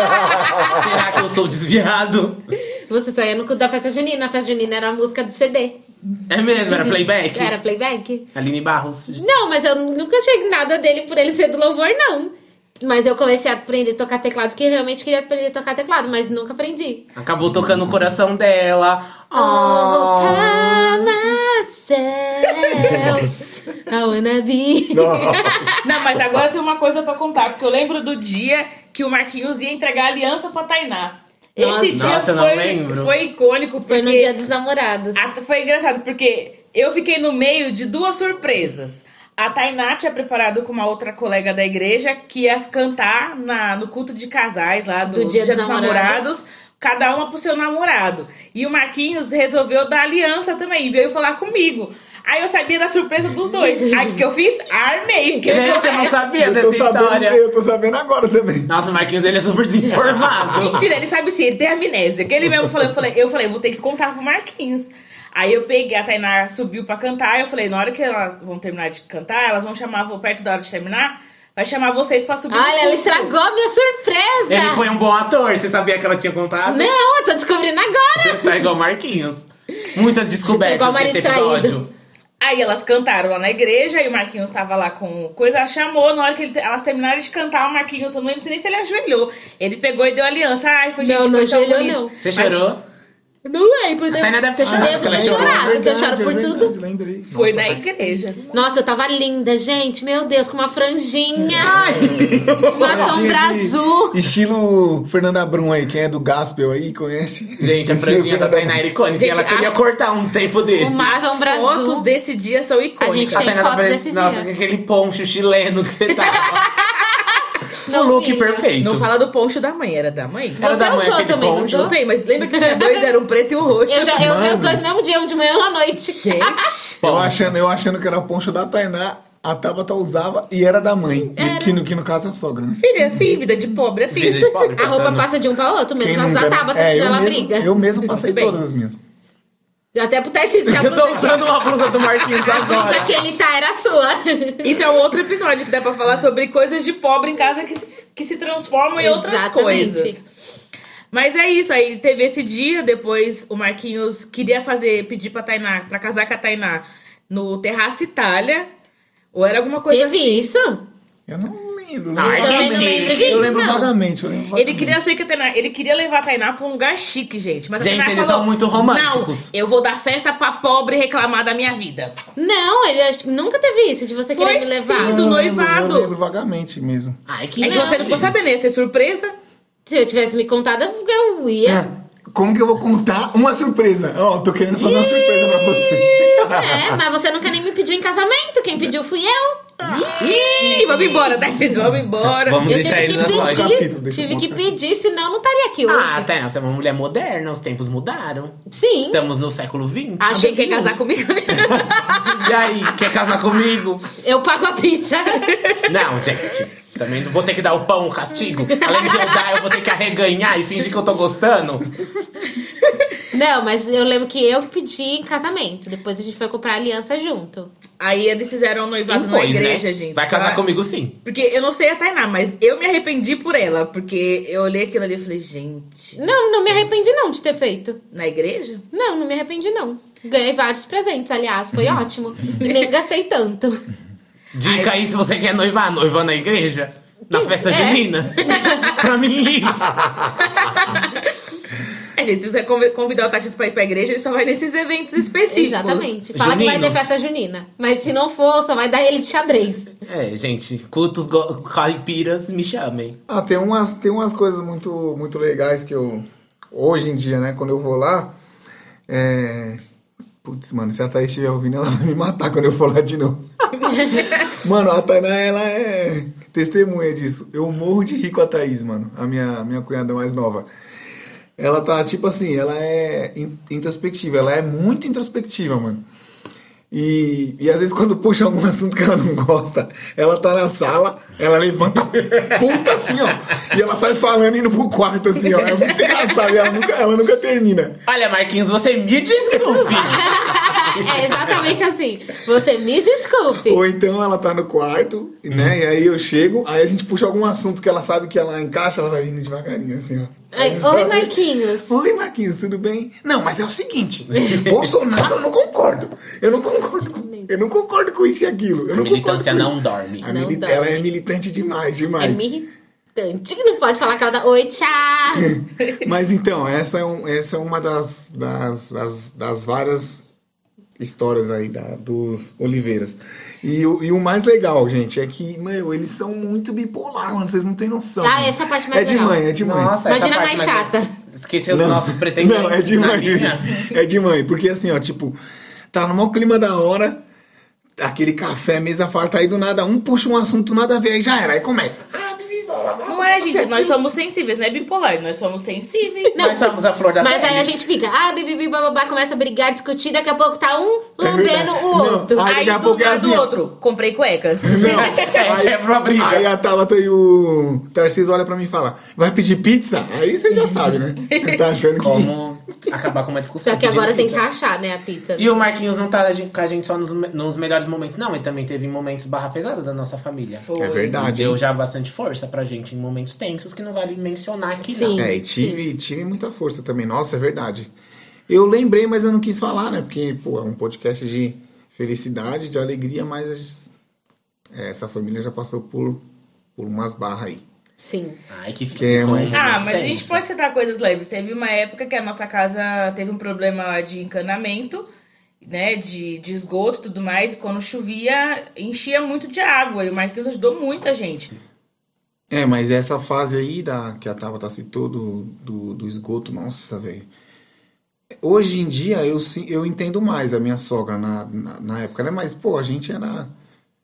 [SPEAKER 3] Será que eu sou desviado?
[SPEAKER 1] Você só ia no culto da festa junina, a festa junina era a música do CD.
[SPEAKER 3] É mesmo, era playback?
[SPEAKER 1] Era playback.
[SPEAKER 3] Aline Barros.
[SPEAKER 1] Não, mas eu nunca achei nada dele por ele ser do louvor, não. Mas eu comecei a aprender a tocar teclado, porque realmente queria aprender a tocar teclado, mas nunca aprendi.
[SPEAKER 3] Acabou tocando o coração dela.
[SPEAKER 1] All
[SPEAKER 3] Oh.
[SPEAKER 1] by myself, I wanna be.
[SPEAKER 2] Não, mas agora tem uma coisa pra contar, porque eu lembro do dia que o Marquinhos ia entregar a aliança pra Tainá. Esse
[SPEAKER 1] Nossa.
[SPEAKER 2] dia
[SPEAKER 3] Nossa, eu não
[SPEAKER 2] foi,
[SPEAKER 3] lembro.
[SPEAKER 2] foi icônico, porque
[SPEAKER 1] Foi no dia dos namorados.
[SPEAKER 2] Ah, foi engraçado, porque Eu fiquei no meio de duas surpresas. A Tainá tinha preparado com uma outra colega da igreja que ia cantar na- no culto de casais lá do,
[SPEAKER 1] Do Dia dos Namorados.
[SPEAKER 2] cada uma pro seu namorado. E o Marquinhos resolveu dar aliança também, veio falar comigo. Aí eu sabia da surpresa dos dois. Aí o que eu fiz? Armei. Porque eu
[SPEAKER 3] Gente, eu não sabia
[SPEAKER 4] Eu
[SPEAKER 3] dessa
[SPEAKER 4] tô, sabendo,
[SPEAKER 3] história.
[SPEAKER 4] eu tô sabendo agora também.
[SPEAKER 3] Nossa, o Marquinhos, ele é super desinformado.
[SPEAKER 2] Mentira, ele sabe sim, ele tem amnésia. Que ele mesmo falou, eu falei, eu falei, vou ter que contar pro Marquinhos. Aí eu peguei, a Tainá subiu pra cantar, eu falei, na hora que elas vão terminar de cantar, elas vão chamar, vou perto da hora de terminar, vai chamar vocês pra subir. no
[SPEAKER 1] Olha, ela
[SPEAKER 2] palco.
[SPEAKER 1] estragou a minha surpresa!
[SPEAKER 3] ele foi um bom ator, você sabia que ela tinha contado?
[SPEAKER 1] Não, eu tô descobrindo agora!
[SPEAKER 3] Tá igual o Marquinhos. Muitas
[SPEAKER 1] Tá
[SPEAKER 3] descobertas
[SPEAKER 1] igual o
[SPEAKER 3] desse
[SPEAKER 1] marido
[SPEAKER 3] episódio.
[SPEAKER 2] Aí elas cantaram lá na igreja e o Marquinhos tava lá com coisa, ela chamou, na hora que ele- elas terminaram de cantar, o Marquinhos, eu não lembro nem se ele ajoelhou. Ele pegou e deu aliança. Ai, foi gente,
[SPEAKER 1] Não, não
[SPEAKER 2] foi tão
[SPEAKER 1] ajoelhou,
[SPEAKER 2] bonito.
[SPEAKER 1] não.
[SPEAKER 3] Você chorou?
[SPEAKER 1] Não lembro, né?
[SPEAKER 3] A Tainá deve ter chorado,
[SPEAKER 1] Devo
[SPEAKER 3] porque ela
[SPEAKER 1] ter
[SPEAKER 3] chorou.
[SPEAKER 1] chorado, porque eu choro
[SPEAKER 4] Verdade,
[SPEAKER 1] por
[SPEAKER 4] é
[SPEAKER 1] tudo.
[SPEAKER 4] verdade, Lembrei.
[SPEAKER 2] Foi
[SPEAKER 4] Nossa,
[SPEAKER 2] na
[SPEAKER 4] faz-
[SPEAKER 2] igreja.
[SPEAKER 1] Nossa, eu tava linda, gente. Meu Deus, com uma franjinha.
[SPEAKER 3] Ai!
[SPEAKER 1] Uma sombra
[SPEAKER 4] Franjinha de-
[SPEAKER 1] azul.
[SPEAKER 4] Estilo Fernanda Brum aí, quem é do Gospel aí, conhece?
[SPEAKER 3] Gente, a
[SPEAKER 4] Estilo
[SPEAKER 3] franjinha da
[SPEAKER 4] Fernanda
[SPEAKER 3] Tainá era icônica.
[SPEAKER 2] Gente,
[SPEAKER 3] e ela queria
[SPEAKER 2] as-
[SPEAKER 3] cortar um tempo desse.
[SPEAKER 1] Uma
[SPEAKER 2] As
[SPEAKER 1] sombra
[SPEAKER 2] fotos
[SPEAKER 1] azul.
[SPEAKER 2] desse dia são icônicas.
[SPEAKER 1] gente
[SPEAKER 3] A
[SPEAKER 1] tem
[SPEAKER 3] Tainá
[SPEAKER 1] foto
[SPEAKER 3] tava
[SPEAKER 1] desse
[SPEAKER 3] Nossa,
[SPEAKER 1] dia.
[SPEAKER 3] aquele poncho chileno que você tava. o look
[SPEAKER 1] filha.
[SPEAKER 3] perfeito.
[SPEAKER 2] Não fala do poncho da mãe, era da mãe?
[SPEAKER 3] Era
[SPEAKER 1] Você
[SPEAKER 3] da mãe
[SPEAKER 1] usou
[SPEAKER 3] aquele
[SPEAKER 1] também, não
[SPEAKER 3] poncho.
[SPEAKER 1] usou?
[SPEAKER 2] Não sei, mas lembra que tinha dois, era um preto e um roxo.
[SPEAKER 1] Eu já eu usei os
[SPEAKER 4] Mano.
[SPEAKER 1] dois no mesmo dia, um de manhã e uma à noite.
[SPEAKER 2] Gente,
[SPEAKER 4] Eu achando, eu achando que era o poncho da Tainá, a Tabata usava e era da mãe. E que, no, que no caso é a sogra, né?
[SPEAKER 2] filha, assim, vida de pobre, assim.
[SPEAKER 3] Vida de pobre,
[SPEAKER 1] A roupa
[SPEAKER 3] passando-
[SPEAKER 1] passa de um pra outro, mesmo. Nossa,
[SPEAKER 4] nunca,
[SPEAKER 1] a
[SPEAKER 4] né?
[SPEAKER 1] Tabata,
[SPEAKER 4] É,
[SPEAKER 1] senão
[SPEAKER 4] eu
[SPEAKER 1] tá ela
[SPEAKER 4] mesmo,
[SPEAKER 1] briga.
[SPEAKER 4] eu mesmo passei
[SPEAKER 2] bem.
[SPEAKER 4] todas as minhas.
[SPEAKER 1] Até pro Tarcísio, que a
[SPEAKER 3] Eu tô
[SPEAKER 1] blusa
[SPEAKER 3] usando uma blusa do Marquinhos agora.
[SPEAKER 1] que ele tá era a sua.
[SPEAKER 2] Isso é um outro episódio que dá pra falar sobre coisas de pobre em casa que se, que se transformam em outras
[SPEAKER 1] Exatamente.
[SPEAKER 2] coisas. Mas é isso, aí teve esse dia, depois o Marquinhos queria fazer, pedir pra Tainá, pra casar com a Tainá no Terraço Itália. Ou era alguma coisa
[SPEAKER 1] Teve isso?
[SPEAKER 4] Eu não lembro.
[SPEAKER 3] Ai, também não
[SPEAKER 4] eu lembro
[SPEAKER 3] lembro
[SPEAKER 4] vagamente.
[SPEAKER 1] disso,
[SPEAKER 4] Eu lembro
[SPEAKER 1] não.
[SPEAKER 4] vagamente.
[SPEAKER 2] assim.
[SPEAKER 4] eu lembro
[SPEAKER 2] Ele é
[SPEAKER 4] vagamente.
[SPEAKER 2] queria, eu sei que a Tainá, ele queria levar a Tainá pra um lugar chique, gente. Mas a
[SPEAKER 3] Gente,
[SPEAKER 2] Tainá
[SPEAKER 3] eles
[SPEAKER 2] falou,
[SPEAKER 3] são muito românticos.
[SPEAKER 2] Não, eu vou dar festa pra pobre reclamar da minha vida.
[SPEAKER 1] Não, ele acho que nunca teve isso, de você querer
[SPEAKER 2] Foi
[SPEAKER 1] me
[SPEAKER 2] sim.
[SPEAKER 1] levar.
[SPEAKER 4] Eu
[SPEAKER 2] do
[SPEAKER 4] lembro,
[SPEAKER 2] noivado.
[SPEAKER 4] Eu lembro vagamente mesmo.
[SPEAKER 3] Ai, que
[SPEAKER 2] É que
[SPEAKER 1] Não.
[SPEAKER 2] você não ficou sabendo, ia ser surpresa.
[SPEAKER 1] Se eu tivesse me contado, eu ia.
[SPEAKER 4] É, Como que eu vou contar uma surpresa? Ó, tô querendo fazer uma surpresa pra você.
[SPEAKER 1] É, mas você nunca nem me pediu em casamento. Quem pediu fui eu.
[SPEAKER 2] Ih, vamos embora, Tarcísio, vamos embora.
[SPEAKER 3] Vamos
[SPEAKER 1] eu
[SPEAKER 3] deixar
[SPEAKER 1] tive
[SPEAKER 3] eles
[SPEAKER 1] que
[SPEAKER 3] na então, loja.
[SPEAKER 1] pedir.
[SPEAKER 4] Capítulo, deixa eu
[SPEAKER 1] tive que
[SPEAKER 4] contar.
[SPEAKER 1] pedir, senão não estaria aqui hoje.
[SPEAKER 3] Ah, Tainá, você é uma mulher moderna, os tempos mudaram.
[SPEAKER 1] Sim.
[SPEAKER 3] Estamos no século XX.
[SPEAKER 1] Ah,
[SPEAKER 2] Alguém quer casar comigo?
[SPEAKER 3] E aí, quer casar comigo?
[SPEAKER 1] Eu pago a pizza.
[SPEAKER 3] Não, gente. Também não vou ter que dar o pão, o castigo. Além de eu dar, eu vou ter que arreganhar e fingir que eu tô gostando.
[SPEAKER 1] não, mas eu lembro que eu que pedi em casamento. Depois a gente foi comprar aliança junto.
[SPEAKER 2] Aí eles fizeram um noivado na
[SPEAKER 3] Pois,
[SPEAKER 2] igreja,
[SPEAKER 3] né?
[SPEAKER 2] gente.
[SPEAKER 3] Vai casar
[SPEAKER 2] Pra-
[SPEAKER 3] comigo sim.
[SPEAKER 2] Porque eu não sei a Tainá, mas eu me arrependi por ela. Porque eu olhei aquilo ali e falei, gente,
[SPEAKER 1] Não, não me arrependi não de ter feito.
[SPEAKER 2] na igreja?
[SPEAKER 1] Não, não me arrependi não. Ganhei vários presentes, aliás, foi
[SPEAKER 4] Uhum.
[SPEAKER 1] ótimo. E nem gastei tanto.
[SPEAKER 3] Dica aí se você quer noivar. Noivar na igreja? Na festa
[SPEAKER 1] É.
[SPEAKER 3] junina? pra mim ir.
[SPEAKER 2] É, gente, se você convi- convidar o Tarcísio pra ir pra igreja, ele só vai nesses eventos específicos.
[SPEAKER 1] Exatamente. Fala que vai ter
[SPEAKER 3] Juninos.
[SPEAKER 1] festa junina. Mas se não for, só vai dar ele de xadrez.
[SPEAKER 3] É, gente. Cultos go- caipiras, me chamem.
[SPEAKER 4] Ah, tem umas, tem umas coisas muito, muito legais que eu. Hoje em dia, né? Quando eu vou lá. É. Putz, mano, se a Thaís estiver ouvindo, ela vai me matar quando eu falar de novo. mano, a Tainá, ela é testemunha disso. Eu morro de rir com a Thaís, mano. A minha, minha cunhada mais nova. Ela tá, tipo assim, ela é in- introspectiva. Ela é muito introspectiva, mano. E, e às vezes quando puxa algum assunto que ela não gosta, ela tá na sala, ela levanta puta assim, ó. E ela sai falando indo pro quarto, assim, ó. É muito engraçado. E ela nunca, ela nunca termina.
[SPEAKER 3] Olha, Marquinhos, você me desculpe.
[SPEAKER 1] é exatamente assim. Você me desculpe.
[SPEAKER 4] Ou então ela tá no quarto, né?
[SPEAKER 1] Uhum.
[SPEAKER 4] E aí eu chego, aí a gente puxa algum assunto que ela sabe que ela encaixa, ela vai vindo devagarinho, assim, ó.
[SPEAKER 1] Ai,
[SPEAKER 4] Aí
[SPEAKER 1] É, Oi,
[SPEAKER 4] sabe?
[SPEAKER 1] Marquinhos.
[SPEAKER 4] Oi, Marquinhos, tudo bem? Não, mas é o seguinte, Bolsonaro eu não concordo. Eu não concordo com, eu não concordo com isso e aquilo. Eu
[SPEAKER 3] A
[SPEAKER 4] não concordo
[SPEAKER 3] militância
[SPEAKER 4] com
[SPEAKER 3] não
[SPEAKER 4] isso.
[SPEAKER 3] dorme.
[SPEAKER 4] A
[SPEAKER 1] Não
[SPEAKER 4] mili-
[SPEAKER 1] dorme.
[SPEAKER 4] ela é militante demais,
[SPEAKER 1] É
[SPEAKER 4] demais.
[SPEAKER 1] irritante que não pode falar que ela dá oi, tchau.
[SPEAKER 4] Mas então, essa é, um- essa é uma das, das, das, das várias histórias aí da- dos Oliveiras. E, o- e o mais legal, gente, é que, meu, eles são muito bipolar, mano. Vocês não têm noção.
[SPEAKER 1] Ah,
[SPEAKER 4] mano.
[SPEAKER 1] essa é a parte mais
[SPEAKER 4] É de
[SPEAKER 1] legal.
[SPEAKER 4] mãe, é de mãe.
[SPEAKER 3] essa
[SPEAKER 1] Imagina
[SPEAKER 3] parte
[SPEAKER 1] mais chata.
[SPEAKER 3] Esqueceu dos nossos pretendentes.
[SPEAKER 4] Não, é de
[SPEAKER 3] na
[SPEAKER 4] mãe.
[SPEAKER 3] minha.
[SPEAKER 4] É de mãe. Porque assim, ó, tipo, tá no maior clima da hora. Aquele café, mesa farta, aí do nada, um puxa um assunto, nada a ver, aí já era, aí começa.
[SPEAKER 2] Não é, gente, nós somos sensíveis, não é bipolar, nós somos sensíveis.
[SPEAKER 1] Não.
[SPEAKER 3] Nós somos a flor da
[SPEAKER 1] Mas
[SPEAKER 4] É
[SPEAKER 3] pele.
[SPEAKER 1] aí a gente fica, ah, bibibi, bababá, começa a brigar, discutir, daqui a pouco tá um
[SPEAKER 4] É verdade.
[SPEAKER 1] lambendo o
[SPEAKER 4] Não,
[SPEAKER 1] outro.
[SPEAKER 4] a- Aí daqui a
[SPEAKER 2] do
[SPEAKER 4] pouco é
[SPEAKER 2] lado
[SPEAKER 4] assim, ó.
[SPEAKER 2] outro, comprei cuecas.
[SPEAKER 4] Não,
[SPEAKER 3] É, é pra briga.
[SPEAKER 4] Aí a Tabata e o Tarcísio olham pra mim e falam, vai pedir pizza? Aí você já sabe, né? Ele tá achando que...
[SPEAKER 3] Como acabar com uma discussão.
[SPEAKER 1] Só que agora tem
[SPEAKER 3] pedindo
[SPEAKER 1] que
[SPEAKER 3] pizza.
[SPEAKER 1] achar, né, a pizza.
[SPEAKER 3] E o Marquinhos não tá com a gente só nos, me- nos melhores momentos, não. Ele também teve momentos barra pesada da nossa família.
[SPEAKER 4] É verdade.
[SPEAKER 3] Deu já bastante força pra gente em momentos tensos que não vale mencionar aqui,
[SPEAKER 1] Sim.
[SPEAKER 3] não.
[SPEAKER 4] É, e tive, tive muita força também. Nossa, é verdade. Eu lembrei, mas eu não quis falar, né? Porque, pô, é um podcast de felicidade, de alegria, mas a gente- é, essa família já passou por, por umas barras aí.
[SPEAKER 1] Sim.
[SPEAKER 3] Ai, que
[SPEAKER 4] Que é
[SPEAKER 3] coisa
[SPEAKER 2] Ah, mas a
[SPEAKER 3] tensa.
[SPEAKER 2] gente pode citar coisas leves. Teve uma época que a nossa casa teve um problema de encanamento, né? De, de esgoto e tudo mais. E quando chovia, enchia muito de água. E o Marquinhos ajudou muito a gente.
[SPEAKER 4] É, mas essa fase aí da, que a Tabata citou do, do, do esgoto, nossa, velho. Hoje em dia eu, sim- eu entendo mais a minha sogra na, na, na época, né? Mas, pô, a gente era.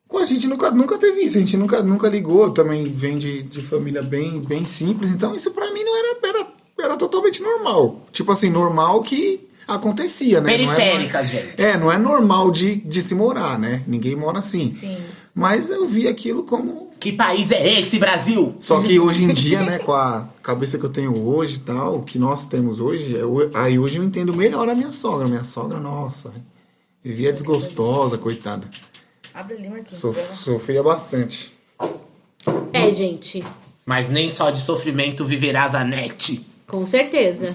[SPEAKER 4] Pô, a gente nunca, nunca teve isso, a gente nunca, nunca ligou. Também vem de, de família bem, bem simples, então isso pra mim não era, era, era totalmente normal. Tipo assim, normal que acontecia, né? Não era-
[SPEAKER 3] Periféricas, gente.
[SPEAKER 4] é, não é normal de, de se morar, né? Ninguém mora assim.
[SPEAKER 2] Sim.
[SPEAKER 4] Mas eu vi aquilo como.
[SPEAKER 3] Que país é esse, Brasil?
[SPEAKER 4] Só que hoje em dia, né, com a cabeça que eu tenho hoje e tal, o que nós temos hoje, eu- aí hoje eu entendo melhor a minha sogra. Minha sogra, nossa, vivia desgostosa, coitada.
[SPEAKER 2] Abre ali, Marquinhos.
[SPEAKER 4] Sof-
[SPEAKER 2] pega.
[SPEAKER 4] sofria bastante.
[SPEAKER 1] É, gente,
[SPEAKER 3] Mas nem só de sofrimento viverás a net.
[SPEAKER 1] com certeza.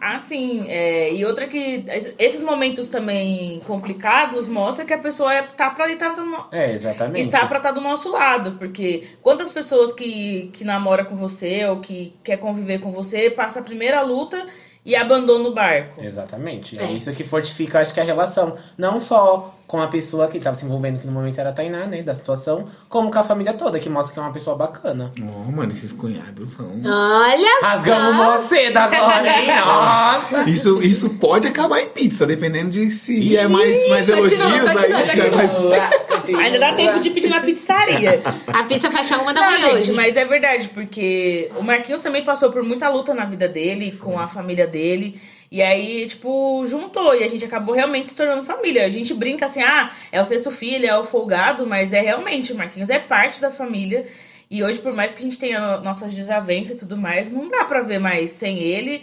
[SPEAKER 2] Ah, sim. é, e outra que. es- Esses momentos também complicados mostram que a pessoa é- tá pra estar do, no-
[SPEAKER 3] É, exatamente.
[SPEAKER 2] está pra estar do nosso lado. Porque quantas pessoas que, que namora com você ou que quer conviver com você passa a primeira luta e abandona o barco.
[SPEAKER 3] Exatamente. É.
[SPEAKER 1] É.
[SPEAKER 3] isso que fortifica, acho que a relação. Não só com a pessoa que tava se envolvendo, que no momento era a Tainá, né? Da situação, como com a família toda, que mostra que é uma pessoa bacana.
[SPEAKER 4] Oh, mano, esses cunhados são.
[SPEAKER 1] Olha
[SPEAKER 3] Rasgamos
[SPEAKER 1] só!
[SPEAKER 3] você da agora, hein? Nossa!
[SPEAKER 4] Isso, isso pode acabar em pizza, dependendo de se vier mais, mais
[SPEAKER 1] continua,
[SPEAKER 4] elogios,
[SPEAKER 1] continua,
[SPEAKER 4] aí chega
[SPEAKER 1] continua.
[SPEAKER 4] mais.
[SPEAKER 2] Ainda dá tempo de pedir na pizzaria.
[SPEAKER 1] A pizza fecha uma da
[SPEAKER 2] Não,
[SPEAKER 1] manhã
[SPEAKER 2] gente,
[SPEAKER 1] hoje.
[SPEAKER 2] mas é verdade, porque o Marquinhos também passou por muita luta na vida dele, com a família dele. E aí, tipo, juntou e a gente acabou realmente se tornando família. A gente brinca assim, ah, é o sexto filho, é o folgado, mas é realmente, o Marquinhos é parte da família. E hoje, por mais que a gente tenha nossas desavenças e tudo mais, não dá pra ver mais sem ele.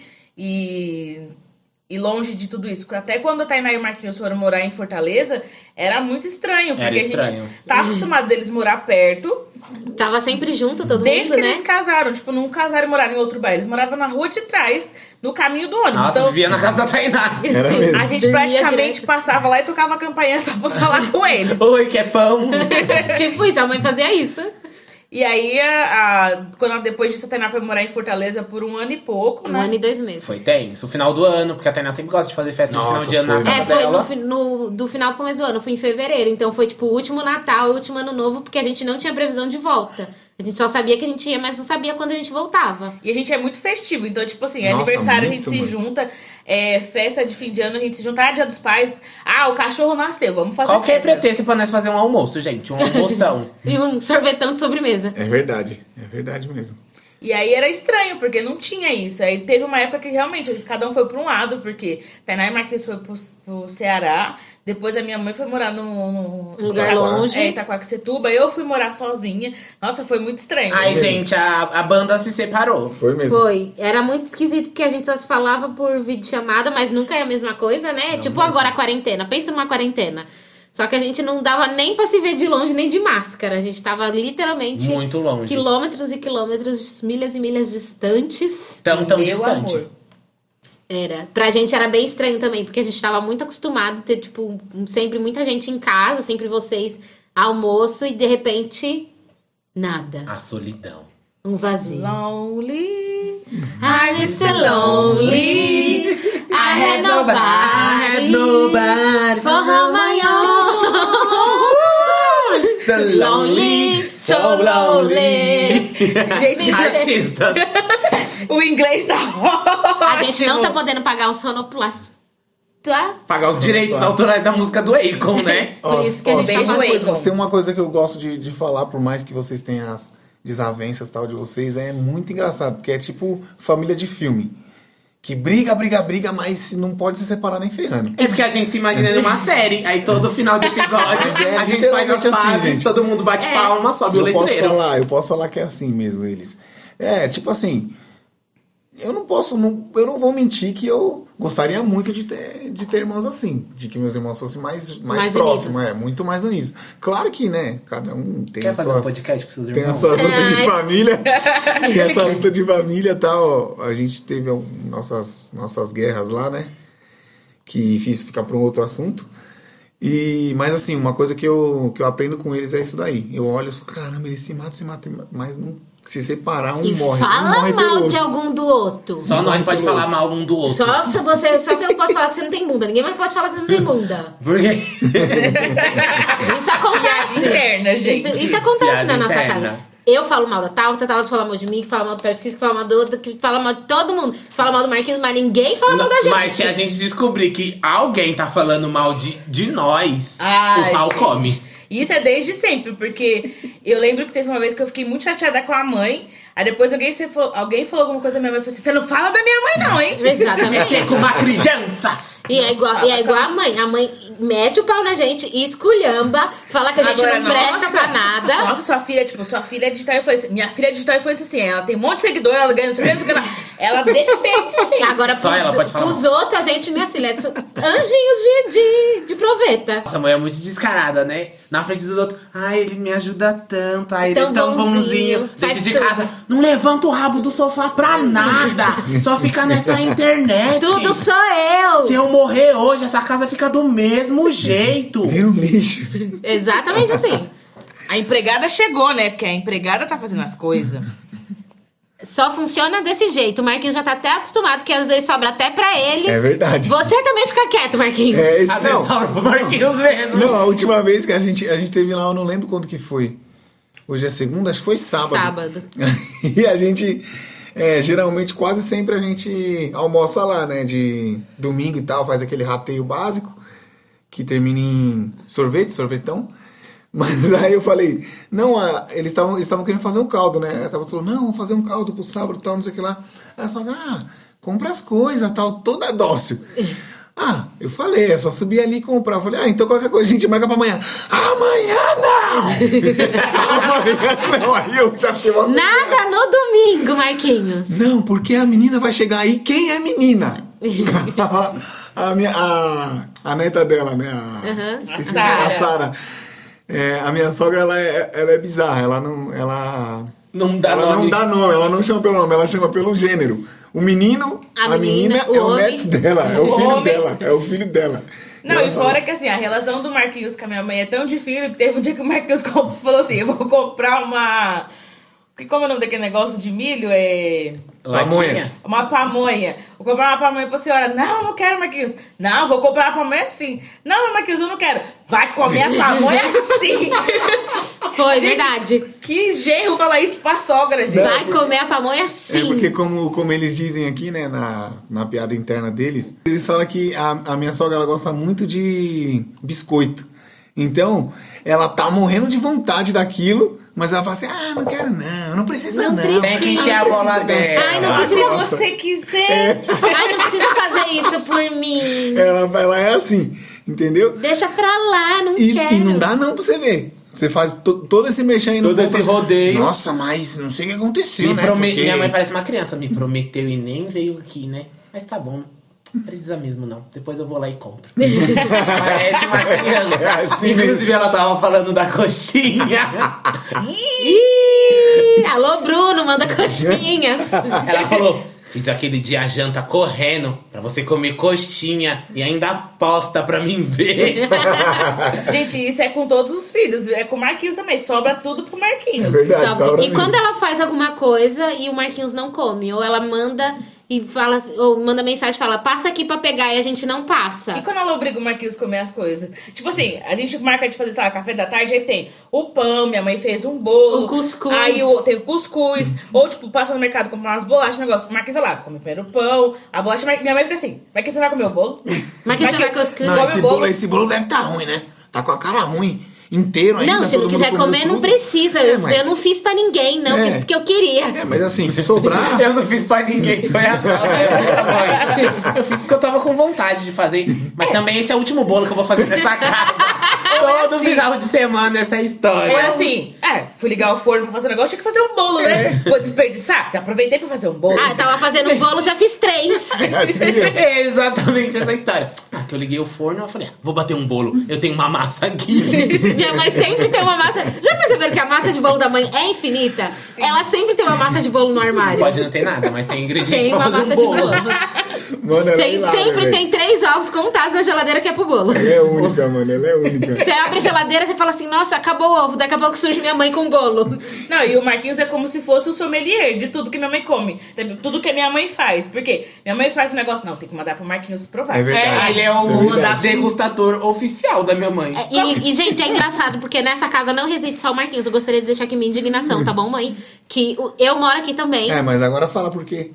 [SPEAKER 2] E e longe de tudo isso. Até quando a Tainá e o Marquinhos foram morar em Fortaleza, era muito estranho, porque
[SPEAKER 3] Era
[SPEAKER 2] a
[SPEAKER 3] estranho.
[SPEAKER 2] gente tá acostumado deles morar perto,
[SPEAKER 1] Tava sempre junto, todo
[SPEAKER 2] desde
[SPEAKER 1] mundo,
[SPEAKER 2] que
[SPEAKER 1] né?
[SPEAKER 2] eles casaram. Tipo, não casaram e moraram em outro bairro. Eles moravam na rua de trás, no caminho do ônibus.
[SPEAKER 3] Nossa,
[SPEAKER 2] então,
[SPEAKER 3] vivia na casa da Tainá.
[SPEAKER 4] Era
[SPEAKER 1] Sim.
[SPEAKER 4] mesmo.
[SPEAKER 2] a gente
[SPEAKER 1] Dormia
[SPEAKER 2] praticamente
[SPEAKER 1] direto.
[SPEAKER 2] passava lá e tocava a campainha só pra falar com eles.
[SPEAKER 3] Oi, que é pão.
[SPEAKER 1] Tipo isso, a mãe fazia isso.
[SPEAKER 2] E aí, a, a- quando ela- depois disso, a Tainá foi morar em Fortaleza por um ano e pouco,
[SPEAKER 1] Um
[SPEAKER 2] né?
[SPEAKER 1] ano e dois meses.
[SPEAKER 3] Foi tenso. O final do ano, porque a Tainá sempre gosta de fazer festa no
[SPEAKER 4] Nossa,
[SPEAKER 3] final de ano
[SPEAKER 4] foi,
[SPEAKER 3] na
[SPEAKER 1] É,
[SPEAKER 3] casa
[SPEAKER 1] foi
[SPEAKER 3] dela.
[SPEAKER 1] no, fi- no- do final pro começo do ano, foi em fevereiro. Então foi tipo o último Natal, o último ano novo, porque a gente não tinha previsão de volta. A gente só sabia que a gente ia, mas não sabia quando a gente voltava.
[SPEAKER 2] E a gente é muito festivo, então, tipo assim, é
[SPEAKER 4] Nossa,
[SPEAKER 2] aniversário a gente
[SPEAKER 4] muito,
[SPEAKER 2] se
[SPEAKER 4] mano.
[SPEAKER 2] junta, é, festa de fim de ano a gente se junta, ah, dia dos pais, ah, o cachorro nasceu, vamos fazer
[SPEAKER 3] Qualquer
[SPEAKER 2] festa.
[SPEAKER 3] pretexto pra nós fazer um almoço, gente. Uma almoção.
[SPEAKER 1] E um sorvetão de sobremesa.
[SPEAKER 4] É verdade, é verdade mesmo.
[SPEAKER 2] E aí era estranho, porque não tinha isso. Aí teve uma época que realmente cada um foi pra um lado, porque Tainá e Marquinhos foi pro, pro Ceará, depois a minha mãe foi morar no, no
[SPEAKER 1] Um lugar
[SPEAKER 2] Itaquá-
[SPEAKER 1] longe.
[SPEAKER 2] É, Itaquaquecetuba, eu fui morar sozinha. Nossa, foi muito estranho.
[SPEAKER 3] Ai, gente, a, a banda se separou.
[SPEAKER 4] Foi mesmo.
[SPEAKER 1] Foi. Era muito esquisito, porque a gente só se falava por videochamada, mas nunca é a mesma coisa, né? É
[SPEAKER 3] Não assim.
[SPEAKER 1] tipo
[SPEAKER 3] mesmo.
[SPEAKER 1] agora a quarentena. Pensa numa quarentena. Só que a gente não dava nem pra se ver de longe, nem de máscara. A gente tava literalmente
[SPEAKER 3] Muito longe.
[SPEAKER 1] quilômetros e quilômetros, milhas e milhas distantes.
[SPEAKER 3] Tão, tão
[SPEAKER 2] Meu
[SPEAKER 3] distante.
[SPEAKER 2] amor.
[SPEAKER 1] Era. Pra gente era bem estranho também, porque a gente tava muito acostumado a ter, tipo, um- sempre muita gente em casa, sempre vocês almoço e de repente nada.
[SPEAKER 3] A solidão.
[SPEAKER 1] Um vazio.
[SPEAKER 2] Lonely.
[SPEAKER 1] I'm so é lonely. I had nobody.
[SPEAKER 3] nobody.
[SPEAKER 1] For all my own. Lonely, so lonely.
[SPEAKER 2] Gente,
[SPEAKER 3] Artista.
[SPEAKER 2] o inglês tá
[SPEAKER 1] tá A gente não tá podendo pagar o sonoplast um Tá?
[SPEAKER 3] Pagar os direitos
[SPEAKER 4] Claro.
[SPEAKER 3] autorais da música do Akon, né?
[SPEAKER 1] Por isso que a gente tá
[SPEAKER 2] beijo,
[SPEAKER 1] falando.
[SPEAKER 2] Igor.
[SPEAKER 4] Mas tem uma coisa que eu gosto de, de falar, por mais que vocês tenham as desavenças tal de vocês, é muito engraçado, porque é tipo família de filme. Que briga, briga, briga, mas não pode se separar nem ferrando.
[SPEAKER 3] É porque a gente se imagina numa série. Aí todo final de episódio
[SPEAKER 4] É,
[SPEAKER 3] a gente faz as
[SPEAKER 4] literalmente assim,
[SPEAKER 3] fases,
[SPEAKER 4] gente.
[SPEAKER 3] todo mundo bate
[SPEAKER 1] É.
[SPEAKER 3] palma, sobe o
[SPEAKER 4] Eu posso
[SPEAKER 3] letreiro.
[SPEAKER 4] falar, eu posso falar que é assim mesmo eles. É, tipo assim, eu não posso, não- eu não vou mentir que eu gostaria muito de ter, de ter irmãos assim, de que meus irmãos fossem mais, mais,
[SPEAKER 1] Mais
[SPEAKER 4] próximos,
[SPEAKER 1] unidos.
[SPEAKER 4] é, muito mais unidos. Claro que, né, cada um tem
[SPEAKER 3] Quer
[SPEAKER 4] as
[SPEAKER 3] fazer
[SPEAKER 4] suas...
[SPEAKER 3] um podcast com seus
[SPEAKER 4] Tem
[SPEAKER 3] irmãos?
[SPEAKER 4] essa luta
[SPEAKER 1] Ai.
[SPEAKER 4] de família. Tem essa luta de família e tal. A gente teve al- nossas, nossas guerras lá, né? Que isso fica para um outro assunto. E, mas assim, uma coisa que eu, que eu aprendo com eles é isso daí. Eu olho e falo, caramba, eles se matam, se matam, mas não, se separar, um
[SPEAKER 1] E
[SPEAKER 4] morre. um
[SPEAKER 1] fala
[SPEAKER 4] morre pelo
[SPEAKER 1] mal de
[SPEAKER 4] outro.
[SPEAKER 1] algum do outro.
[SPEAKER 3] Só nós pode falar mal um do outro.
[SPEAKER 1] Só se você, só se eu posso falar que você não tem bunda. Ninguém mais pode falar que você não tem bunda.
[SPEAKER 3] Por quê?
[SPEAKER 1] Isso acontece.
[SPEAKER 2] Interna, gente.
[SPEAKER 1] Isso, isso acontece
[SPEAKER 3] Piada
[SPEAKER 1] na nossa
[SPEAKER 3] interna.
[SPEAKER 1] casa. Eu falo mal da Tauta, a Tauta fala mal de mim, que fala mal do Tarcísio, que fala mal do outro, que fala mal de todo mundo. Fala mal do Marquinhos, mas ninguém fala mal da gente.
[SPEAKER 3] Mas se a gente descobrir que alguém tá falando mal de, de nós,
[SPEAKER 2] Ai,
[SPEAKER 3] o pau
[SPEAKER 2] gente.
[SPEAKER 3] come.
[SPEAKER 2] Isso é desde sempre, porque eu lembro que teve uma vez que eu fiquei muito chateada com a mãe. Aí depois alguém, se falou, alguém falou alguma coisa da minha mãe e falou assim: Você não fala da minha mãe, não, hein?
[SPEAKER 3] Meter
[SPEAKER 1] Exatamente.
[SPEAKER 3] com uma criança!
[SPEAKER 1] E é igual, e é igual a mãe. A mãe mete o pau na gente e esculhamba, fala que a gente
[SPEAKER 2] Agora,
[SPEAKER 1] não presta
[SPEAKER 2] nossa,
[SPEAKER 1] pra nada.
[SPEAKER 2] Nossa, sua filha, tipo, sua filha é digital influencer. Minha filha é digital influencer, assim, ela tem um monte de seguidor, ela ganha, não sei o que, não sei o que lá. Ela defende, gente.
[SPEAKER 1] Agora,
[SPEAKER 3] Só
[SPEAKER 1] pros,
[SPEAKER 3] ela pode falar
[SPEAKER 1] pros outros, a gente, minha filha, são anjinhos de, de, de proveta.
[SPEAKER 3] Nossa, a mãe é muito descarada, né? Na frente dos outros. Ai, ele me ajuda tanto. Ai, ele
[SPEAKER 1] Tão
[SPEAKER 3] é tão
[SPEAKER 1] bonzinho,
[SPEAKER 3] bonzinho.
[SPEAKER 1] faz
[SPEAKER 3] Dentro de
[SPEAKER 1] tudo.
[SPEAKER 3] casa, não levanta o rabo do sofá pra nada. Só fica nessa internet.
[SPEAKER 1] Tudo sou eu!
[SPEAKER 3] Se eu morrer hoje, essa casa fica do mesmo jeito.
[SPEAKER 4] Vira um lixo.
[SPEAKER 1] Exatamente assim.
[SPEAKER 2] A empregada chegou, né? Porque a empregada tá fazendo as coisas.
[SPEAKER 1] Só funciona desse jeito. O Marquinhos já tá até acostumado que às vezes sobra até pra ele.
[SPEAKER 4] É verdade.
[SPEAKER 1] Você também fica quieto, Marquinhos.
[SPEAKER 4] É isso,
[SPEAKER 3] Às vezes
[SPEAKER 4] não.
[SPEAKER 3] sobra pro Marquinhos mesmo.
[SPEAKER 4] Não, a última vez que a gente, a gente teve lá, eu não lembro quando que foi. Hoje é segunda, acho que foi sábado.
[SPEAKER 1] Sábado.
[SPEAKER 4] e a gente, é, geralmente, quase sempre a gente almoça lá, né? De domingo e tal, faz aquele rateio básico, que termina em sorvete, sorvetão. Mas aí eu falei, não, a- eles estavam eles estavam querendo fazer um caldo, né? Ela tava falando, não, vamos fazer um caldo pro sábado e tal, não sei o que lá. Aí só, ah, compra as coisas tal, toda dócil. Ah, eu falei, é só subir ali e comprar. Eu falei, ah, então qualquer coisa a gente marca pra amanhã. Amanhã não! amanhã não! Aí eu já fiquei uma
[SPEAKER 1] Nada no domingo, Marquinhos.
[SPEAKER 4] não, porque a menina vai chegar aí. Quem é menina? a, minha, a, a neta dela, né? A,
[SPEAKER 1] Aham.
[SPEAKER 4] esqueci,
[SPEAKER 2] A Sara.
[SPEAKER 4] a Sara. É, a minha sogra, ela é, ela é bizarra. Ela não. Ela,
[SPEAKER 3] Não dá
[SPEAKER 4] ela
[SPEAKER 3] nome.
[SPEAKER 4] não dá nome, ela não chama pelo nome, ela chama pelo gênero. O menino,
[SPEAKER 1] A
[SPEAKER 4] a,
[SPEAKER 1] menina,
[SPEAKER 4] menina,
[SPEAKER 1] o
[SPEAKER 4] é o
[SPEAKER 1] homem.
[SPEAKER 4] neto dela, é o
[SPEAKER 2] O
[SPEAKER 4] filho
[SPEAKER 2] homem.
[SPEAKER 4] dela, é o filho dela.
[SPEAKER 2] Não,
[SPEAKER 4] ela
[SPEAKER 2] e
[SPEAKER 4] fala-
[SPEAKER 2] fora que assim, a relação do Marquinhos com a minha mãe é tão difícil que teve um dia que o Marquinhos comp- falou assim: eu vou comprar uma. que- Como é o nome daquele negócio de milho? É.
[SPEAKER 3] Latinha.
[SPEAKER 2] Uma pamonha. Vou comprar uma pamonha pra senhora. Não, não quero, Marquinhos. Não, vou comprar uma pamonha sim. Não, mas Marquinhos, eu não quero. Vai comer a pamonha sim.
[SPEAKER 1] Foi, verdade.
[SPEAKER 2] que genro falar isso pra sogra, gente.
[SPEAKER 1] Vai comer a pamonha
[SPEAKER 4] É porque,
[SPEAKER 1] sim.
[SPEAKER 4] como, como eles dizem aqui, né, na, na piada interna deles, eles falam que a, a minha sogra ela gosta muito de biscoito. Então, ela tá morrendo de vontade daquilo, mas ela fala assim: ah, não quero não, não precisa
[SPEAKER 1] Não
[SPEAKER 4] não.
[SPEAKER 1] precisa. Tem que encher
[SPEAKER 4] Ah,
[SPEAKER 3] a
[SPEAKER 4] não
[SPEAKER 3] bola
[SPEAKER 4] precisa
[SPEAKER 3] dela.
[SPEAKER 4] não."
[SPEAKER 1] Ai, não
[SPEAKER 4] Ela
[SPEAKER 2] Se
[SPEAKER 1] precisa-
[SPEAKER 4] gosta.
[SPEAKER 2] você quiser.
[SPEAKER 1] Ai, não precisa fazer isso por mim.
[SPEAKER 4] Ela, ela é assim, entendeu?
[SPEAKER 1] Deixa pra lá, não
[SPEAKER 4] E,
[SPEAKER 1] quero.
[SPEAKER 4] e não dá não pra você ver. Você faz to- todo esse mexer aí no
[SPEAKER 3] Todo esse rodeio.
[SPEAKER 4] Nossa, mas não sei o que aconteceu,
[SPEAKER 3] Me
[SPEAKER 4] né?
[SPEAKER 3] prome-
[SPEAKER 4] porque-
[SPEAKER 3] Minha mãe parece uma criança, me prometeu e nem veio aqui, né? Mas tá bom, não precisa mesmo não. Depois eu vou lá e compro. parece uma criança.
[SPEAKER 4] É assim
[SPEAKER 3] Inclusive, ela tava falando da coxinha.
[SPEAKER 1] Ih, alô, Bruno, manda coxinhas.
[SPEAKER 3] ela falou: fiz aquele dia a janta correndo pra você comer coxinha e ainda aposta pra mim ver.
[SPEAKER 2] Gente, isso é com todos os filhos. É com o Marquinhos também. Sobra tudo pro
[SPEAKER 4] É
[SPEAKER 2] Marquinhos.
[SPEAKER 4] verdade,
[SPEAKER 1] Sobra.
[SPEAKER 4] sobra
[SPEAKER 1] E
[SPEAKER 4] mesmo.
[SPEAKER 1] quando ela faz alguma coisa e o Marquinhos não come, ou ela manda e fala, ou manda mensagem e fala, passa aqui pra pegar e a gente não
[SPEAKER 2] E
[SPEAKER 1] passa.
[SPEAKER 2] quando ela obriga o Marquinhos a comer as coisas? Tipo assim, a gente marca de fazer, sei lá, café da tarde, aí tem o pão, minha mãe fez um bolo.
[SPEAKER 1] O cuscuz.
[SPEAKER 2] Aí o- tem o cuscuz. ou, tipo, passa no mercado, comprar umas bolachas, negócio. O Marquinhos vai lá, come primeiro o pão, a bolacha. Mar- Minha mãe fica assim, Marquinhos, você vai comer o bolo?
[SPEAKER 1] Marquinhos, você vai comer o cuscuz?
[SPEAKER 4] Não,
[SPEAKER 2] come
[SPEAKER 4] esse
[SPEAKER 2] o bolo.
[SPEAKER 4] bolo, esse bolo deve estar ruim, né? Tá com a cara ruim. Inteiro ainda.
[SPEAKER 1] Não, se
[SPEAKER 4] tá todo
[SPEAKER 1] não
[SPEAKER 4] mundo
[SPEAKER 1] quiser
[SPEAKER 4] comeu
[SPEAKER 1] comer, não
[SPEAKER 4] tudo.
[SPEAKER 1] precisa.
[SPEAKER 4] É,
[SPEAKER 1] Eu- um
[SPEAKER 4] mas-
[SPEAKER 1] Eu não fiz pra ninguém, não.
[SPEAKER 4] É.
[SPEAKER 1] Fiz porque eu queria.
[SPEAKER 4] É, mas assim, se sobrar.
[SPEAKER 3] Eu não fiz pra ninguém, foi a nossa. Eu fiz porque eu tava com vontade de fazer. Mas também esse é o último bolo que eu vou fazer nessa casa. Todo final de semana essa é a
[SPEAKER 2] Ou é
[SPEAKER 3] história.
[SPEAKER 2] assim, é, fui ligar o forno pra fazer um negócio, tinha que fazer um bolo, né?
[SPEAKER 4] É.
[SPEAKER 2] Vou desperdiçar, aproveitei pra fazer um bolo.
[SPEAKER 1] Ah, eu tava fazendo um bolo, já fiz três.
[SPEAKER 3] É exatamente essa história. Ah, que eu liguei o forno, eu falei, ah, vou bater um bolo. Eu tenho uma massa aqui.
[SPEAKER 1] Minha mãe sempre tem uma massa. Já perceberam que a massa de bolo da mãe é infinita? Ela sempre tem uma massa de bolo no armário.
[SPEAKER 3] Pode não ter nada, mas tem ingrediente
[SPEAKER 1] Tem
[SPEAKER 3] pra
[SPEAKER 1] uma
[SPEAKER 3] fazer
[SPEAKER 1] massa
[SPEAKER 3] um
[SPEAKER 1] de
[SPEAKER 3] bolo.
[SPEAKER 1] bolo.
[SPEAKER 4] Mano, ela é
[SPEAKER 1] Tem,
[SPEAKER 4] hilária,
[SPEAKER 1] sempre
[SPEAKER 4] velho.
[SPEAKER 1] tem três ovos contados na geladeira que é pro bolo.
[SPEAKER 4] Ela é única, mano. Ela é única.
[SPEAKER 1] Você abre a geladeira e fala assim, nossa, acabou o ovo. Daqui a pouco surge minha mãe com o bolo.
[SPEAKER 2] Não, e o Marquinhos é como se fosse o sommelier de tudo que minha mãe come. de Tudo que a minha mãe faz. Porque minha mãe faz um negócio, não, tem que mandar pro Marquinhos provar.
[SPEAKER 4] É verdade.
[SPEAKER 3] É, ele é
[SPEAKER 4] Isso é
[SPEAKER 3] o
[SPEAKER 2] verdade.
[SPEAKER 3] degustador oficial da minha mãe.
[SPEAKER 1] É, E, e, gente, é engraçado, porque nessa casa não reside só o Marquinhos. Eu gostaria de deixar aqui minha indignação, tá bom, mãe? Que o- eu moro aqui também.
[SPEAKER 4] É, mas agora fala por quê.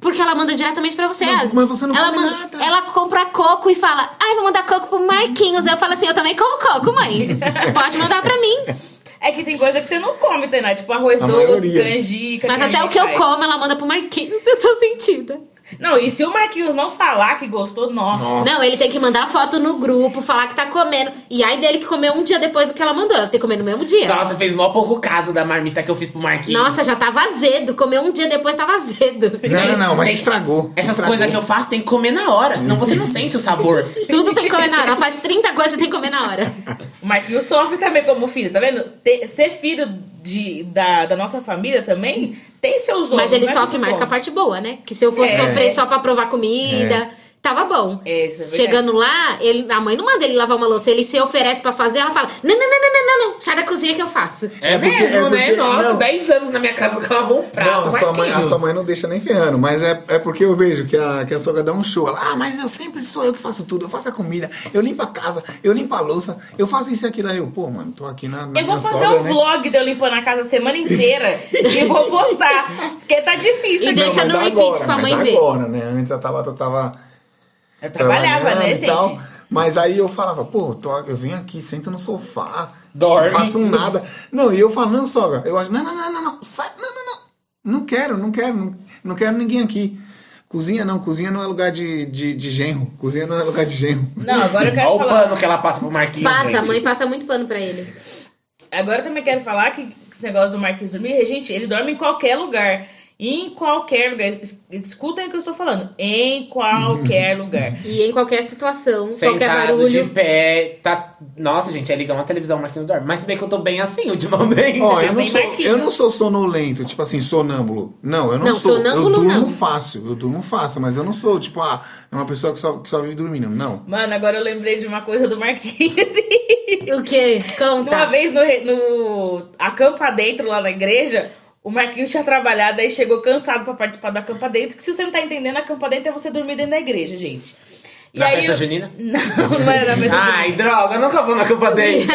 [SPEAKER 1] Porque ela manda diretamente pra vocês.
[SPEAKER 4] Não, mas você não
[SPEAKER 1] ela
[SPEAKER 4] come
[SPEAKER 1] manda-
[SPEAKER 4] nada.
[SPEAKER 1] Ela compra coco e fala, ai, vou mandar coco pro Marquinhos. Eu falo assim, eu também como coco, mãe. Pode mandar pra mim.
[SPEAKER 2] É que tem coisa que você não come, Tainá. Tipo arroz
[SPEAKER 4] A
[SPEAKER 2] doce,
[SPEAKER 4] maioria.
[SPEAKER 2] canjica.
[SPEAKER 1] Mas
[SPEAKER 2] a minha
[SPEAKER 1] até o
[SPEAKER 2] mãe
[SPEAKER 1] que eu
[SPEAKER 2] faz.
[SPEAKER 1] como, ela manda pro Marquinhos. Eu sou sentida.
[SPEAKER 2] Não, e se o Marquinhos não falar que gostou, nossa.
[SPEAKER 4] Nossa.
[SPEAKER 1] Não, ele tem que mandar foto no grupo, falar que tá comendo. E aí dele que comeu um dia depois do que ela mandou. Ela tem que comer no mesmo dia.
[SPEAKER 4] Tá.
[SPEAKER 3] Nossa, fez mó pouco caso da marmita que eu fiz pro Marquinhos.
[SPEAKER 1] então. Nossa, já tava azedo. Comeu um dia depois, tava azedo.
[SPEAKER 4] Não, não, não, mas
[SPEAKER 3] Tem-
[SPEAKER 4] estragou.
[SPEAKER 3] Essas
[SPEAKER 4] Estragou.
[SPEAKER 3] coisas que eu faço tem que comer na hora, senão você não sente o sabor.
[SPEAKER 1] Tudo tem que comer na hora. Ela faz 30 coisas, tem que comer na hora.
[SPEAKER 2] O Marquinhos sofre também como filho, tá vendo? Ter- ser filho de, da, da nossa família também tem seus né? outros.
[SPEAKER 1] Mas ele sofre mais com a parte boa, né? Que se eu fosse
[SPEAKER 2] É.
[SPEAKER 1] sofrer só pra provar comida, tava bom.
[SPEAKER 2] É, isso é verdade.
[SPEAKER 1] Chegando lá, ele, a mãe não manda ele lavar uma louça. Ele se oferece pra fazer, ela fala: não, não, não, não, não, não, não. Sai da cozinha que eu faço.
[SPEAKER 3] É,
[SPEAKER 4] É porque-
[SPEAKER 3] mesmo,
[SPEAKER 4] é porque-
[SPEAKER 3] né? Nossa,
[SPEAKER 4] não.
[SPEAKER 3] 10 anos na minha casa que lavou um prato.
[SPEAKER 4] Não, a sua, mãe, a
[SPEAKER 3] Marquinhos.
[SPEAKER 4] sua mãe não deixa nem ferrando, mas é, é porque eu vejo que a, que a sogra dá um show. Ela, ah, mas eu sempre sou eu que faço tudo. Eu faço a comida, eu limpo a casa, eu limpo a louça, eu faço isso e aquilo. Aí eu, pô, mano, tô aqui na. na
[SPEAKER 2] Eu vou
[SPEAKER 4] minha
[SPEAKER 2] fazer
[SPEAKER 4] sogra,
[SPEAKER 2] um
[SPEAKER 4] né?
[SPEAKER 2] vlog de eu limpando a casa a semana inteira e vou postar. Porque tá
[SPEAKER 1] E
[SPEAKER 2] difícil aqui.
[SPEAKER 1] deixa
[SPEAKER 4] mas
[SPEAKER 1] no um repeat
[SPEAKER 4] agora,
[SPEAKER 1] pra
[SPEAKER 4] mas
[SPEAKER 1] mãe ver.
[SPEAKER 4] agora, né? Antes a Tabata tava.
[SPEAKER 2] Eu trabalhava,
[SPEAKER 4] trabalhando
[SPEAKER 2] né,
[SPEAKER 4] e
[SPEAKER 2] gente?
[SPEAKER 4] tal. Mas aí eu falava, pô, tô- eu venho aqui, sento no sofá,
[SPEAKER 3] Dorme.
[SPEAKER 4] não faço nada. Não, e eu falo, não, sogra, eu acho, não, não, não, não, não, sai, não, não, não, não quero, não quero, não, não quero ninguém aqui. Cozinha não, cozinha não é lugar de, de, de genro, cozinha não é lugar de genro.
[SPEAKER 2] Não, agora eu
[SPEAKER 3] Olha
[SPEAKER 2] quero
[SPEAKER 3] o
[SPEAKER 2] falar.
[SPEAKER 3] pano que ela passa pro Marquinhos.
[SPEAKER 1] Passa, a
[SPEAKER 3] gente.
[SPEAKER 1] mãe passa muito pano pra ele.
[SPEAKER 2] Agora eu também quero falar que esse negócio do Marquinhos dormir, gente, ele dorme em qualquer lugar. Em qualquer lugar. Es- Escutem o que eu estou falando. Em qualquer lugar.
[SPEAKER 1] E em qualquer situação, qualquer
[SPEAKER 3] Sentado de
[SPEAKER 1] barulho.
[SPEAKER 3] pé, tá... Nossa, gente, é ligar uma televisão, o Marquinhos dorme. Mas se bem que eu tô bem assim ultimamente.
[SPEAKER 4] Ó, eu
[SPEAKER 2] tá
[SPEAKER 4] não,
[SPEAKER 2] bem
[SPEAKER 4] sou,
[SPEAKER 2] marquinho.
[SPEAKER 4] eu não sou sonolento, tipo assim, sonâmbulo. Não, eu não,
[SPEAKER 1] Não,
[SPEAKER 4] sou. Eu
[SPEAKER 1] sonâmbulo
[SPEAKER 4] durmo
[SPEAKER 1] não.
[SPEAKER 4] fácil, eu durmo fácil, mas eu não sou, tipo, ah, é uma pessoa que só, que só vive dormindo. Não.
[SPEAKER 2] Mano, agora eu lembrei de uma coisa do Marquinhos.
[SPEAKER 3] Então
[SPEAKER 1] O quê?
[SPEAKER 3] tá.
[SPEAKER 2] Uma
[SPEAKER 1] Conta.
[SPEAKER 2] vez no, re- no Acampa Dentro, lá na igreja, o Marquinhos tinha trabalhado, aí chegou cansado pra participar do Acampa Dentro. Que se você não tá entendendo, Acampa Dentro é você dormir dentro da igreja, gente. E
[SPEAKER 3] Na
[SPEAKER 2] aí,
[SPEAKER 3] é festa
[SPEAKER 2] eu-
[SPEAKER 3] junina?
[SPEAKER 2] Não, não era na festa junina.
[SPEAKER 3] Ai, droga, eu nunca vou na campa dele.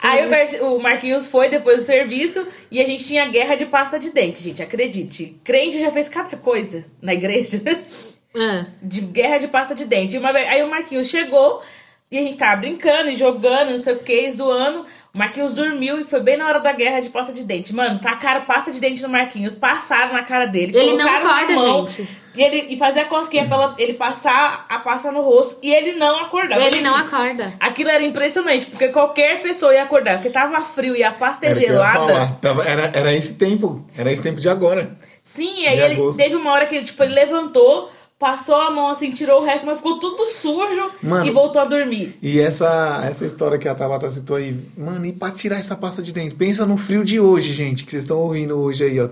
[SPEAKER 2] Aí o, Darcy- o Marquinhos foi depois do serviço e a gente tinha guerra de pasta de dente, gente, acredite. Crente já fez cada coisa na igreja.
[SPEAKER 1] Ah.
[SPEAKER 2] De guerra de pasta de dente. E uma vez- aí o Marquinhos chegou e a gente tava brincando e jogando, não sei o que, zoando. O Marquinhos dormiu e foi bem na hora da guerra de pasta de dente. Mano, tacaram pasta de dente no Marquinhos, passaram na cara dele,
[SPEAKER 1] Ele não
[SPEAKER 2] colocaram
[SPEAKER 1] acorda,
[SPEAKER 2] na mão.
[SPEAKER 1] gente.
[SPEAKER 2] E, ele, e fazia cosquinha pra ela- ele passar a pasta no rosto e ele não acordava.
[SPEAKER 1] Ele não
[SPEAKER 2] Gente,
[SPEAKER 1] acorda.
[SPEAKER 2] Aquilo era impressionante, porque qualquer pessoa ia acordar, porque tava frio e a pasta é
[SPEAKER 4] Era, o que eu ia
[SPEAKER 2] gelada.
[SPEAKER 4] falar. Tava- era, era esse tempo, era esse tempo de agora.
[SPEAKER 2] Sim, aí
[SPEAKER 4] De
[SPEAKER 2] ele
[SPEAKER 4] agosto.
[SPEAKER 2] teve uma hora que ele, tipo, ele levantou, passou a mão assim, tirou o resto, mas ficou tudo sujo
[SPEAKER 4] Mano.
[SPEAKER 2] e voltou a dormir.
[SPEAKER 4] E essa, essa história que a Tabata citou aí, mano, e pra tirar essa pasta de dentro? Pensa no frio de hoje, gente, que vocês estão ouvindo hoje aí, ó.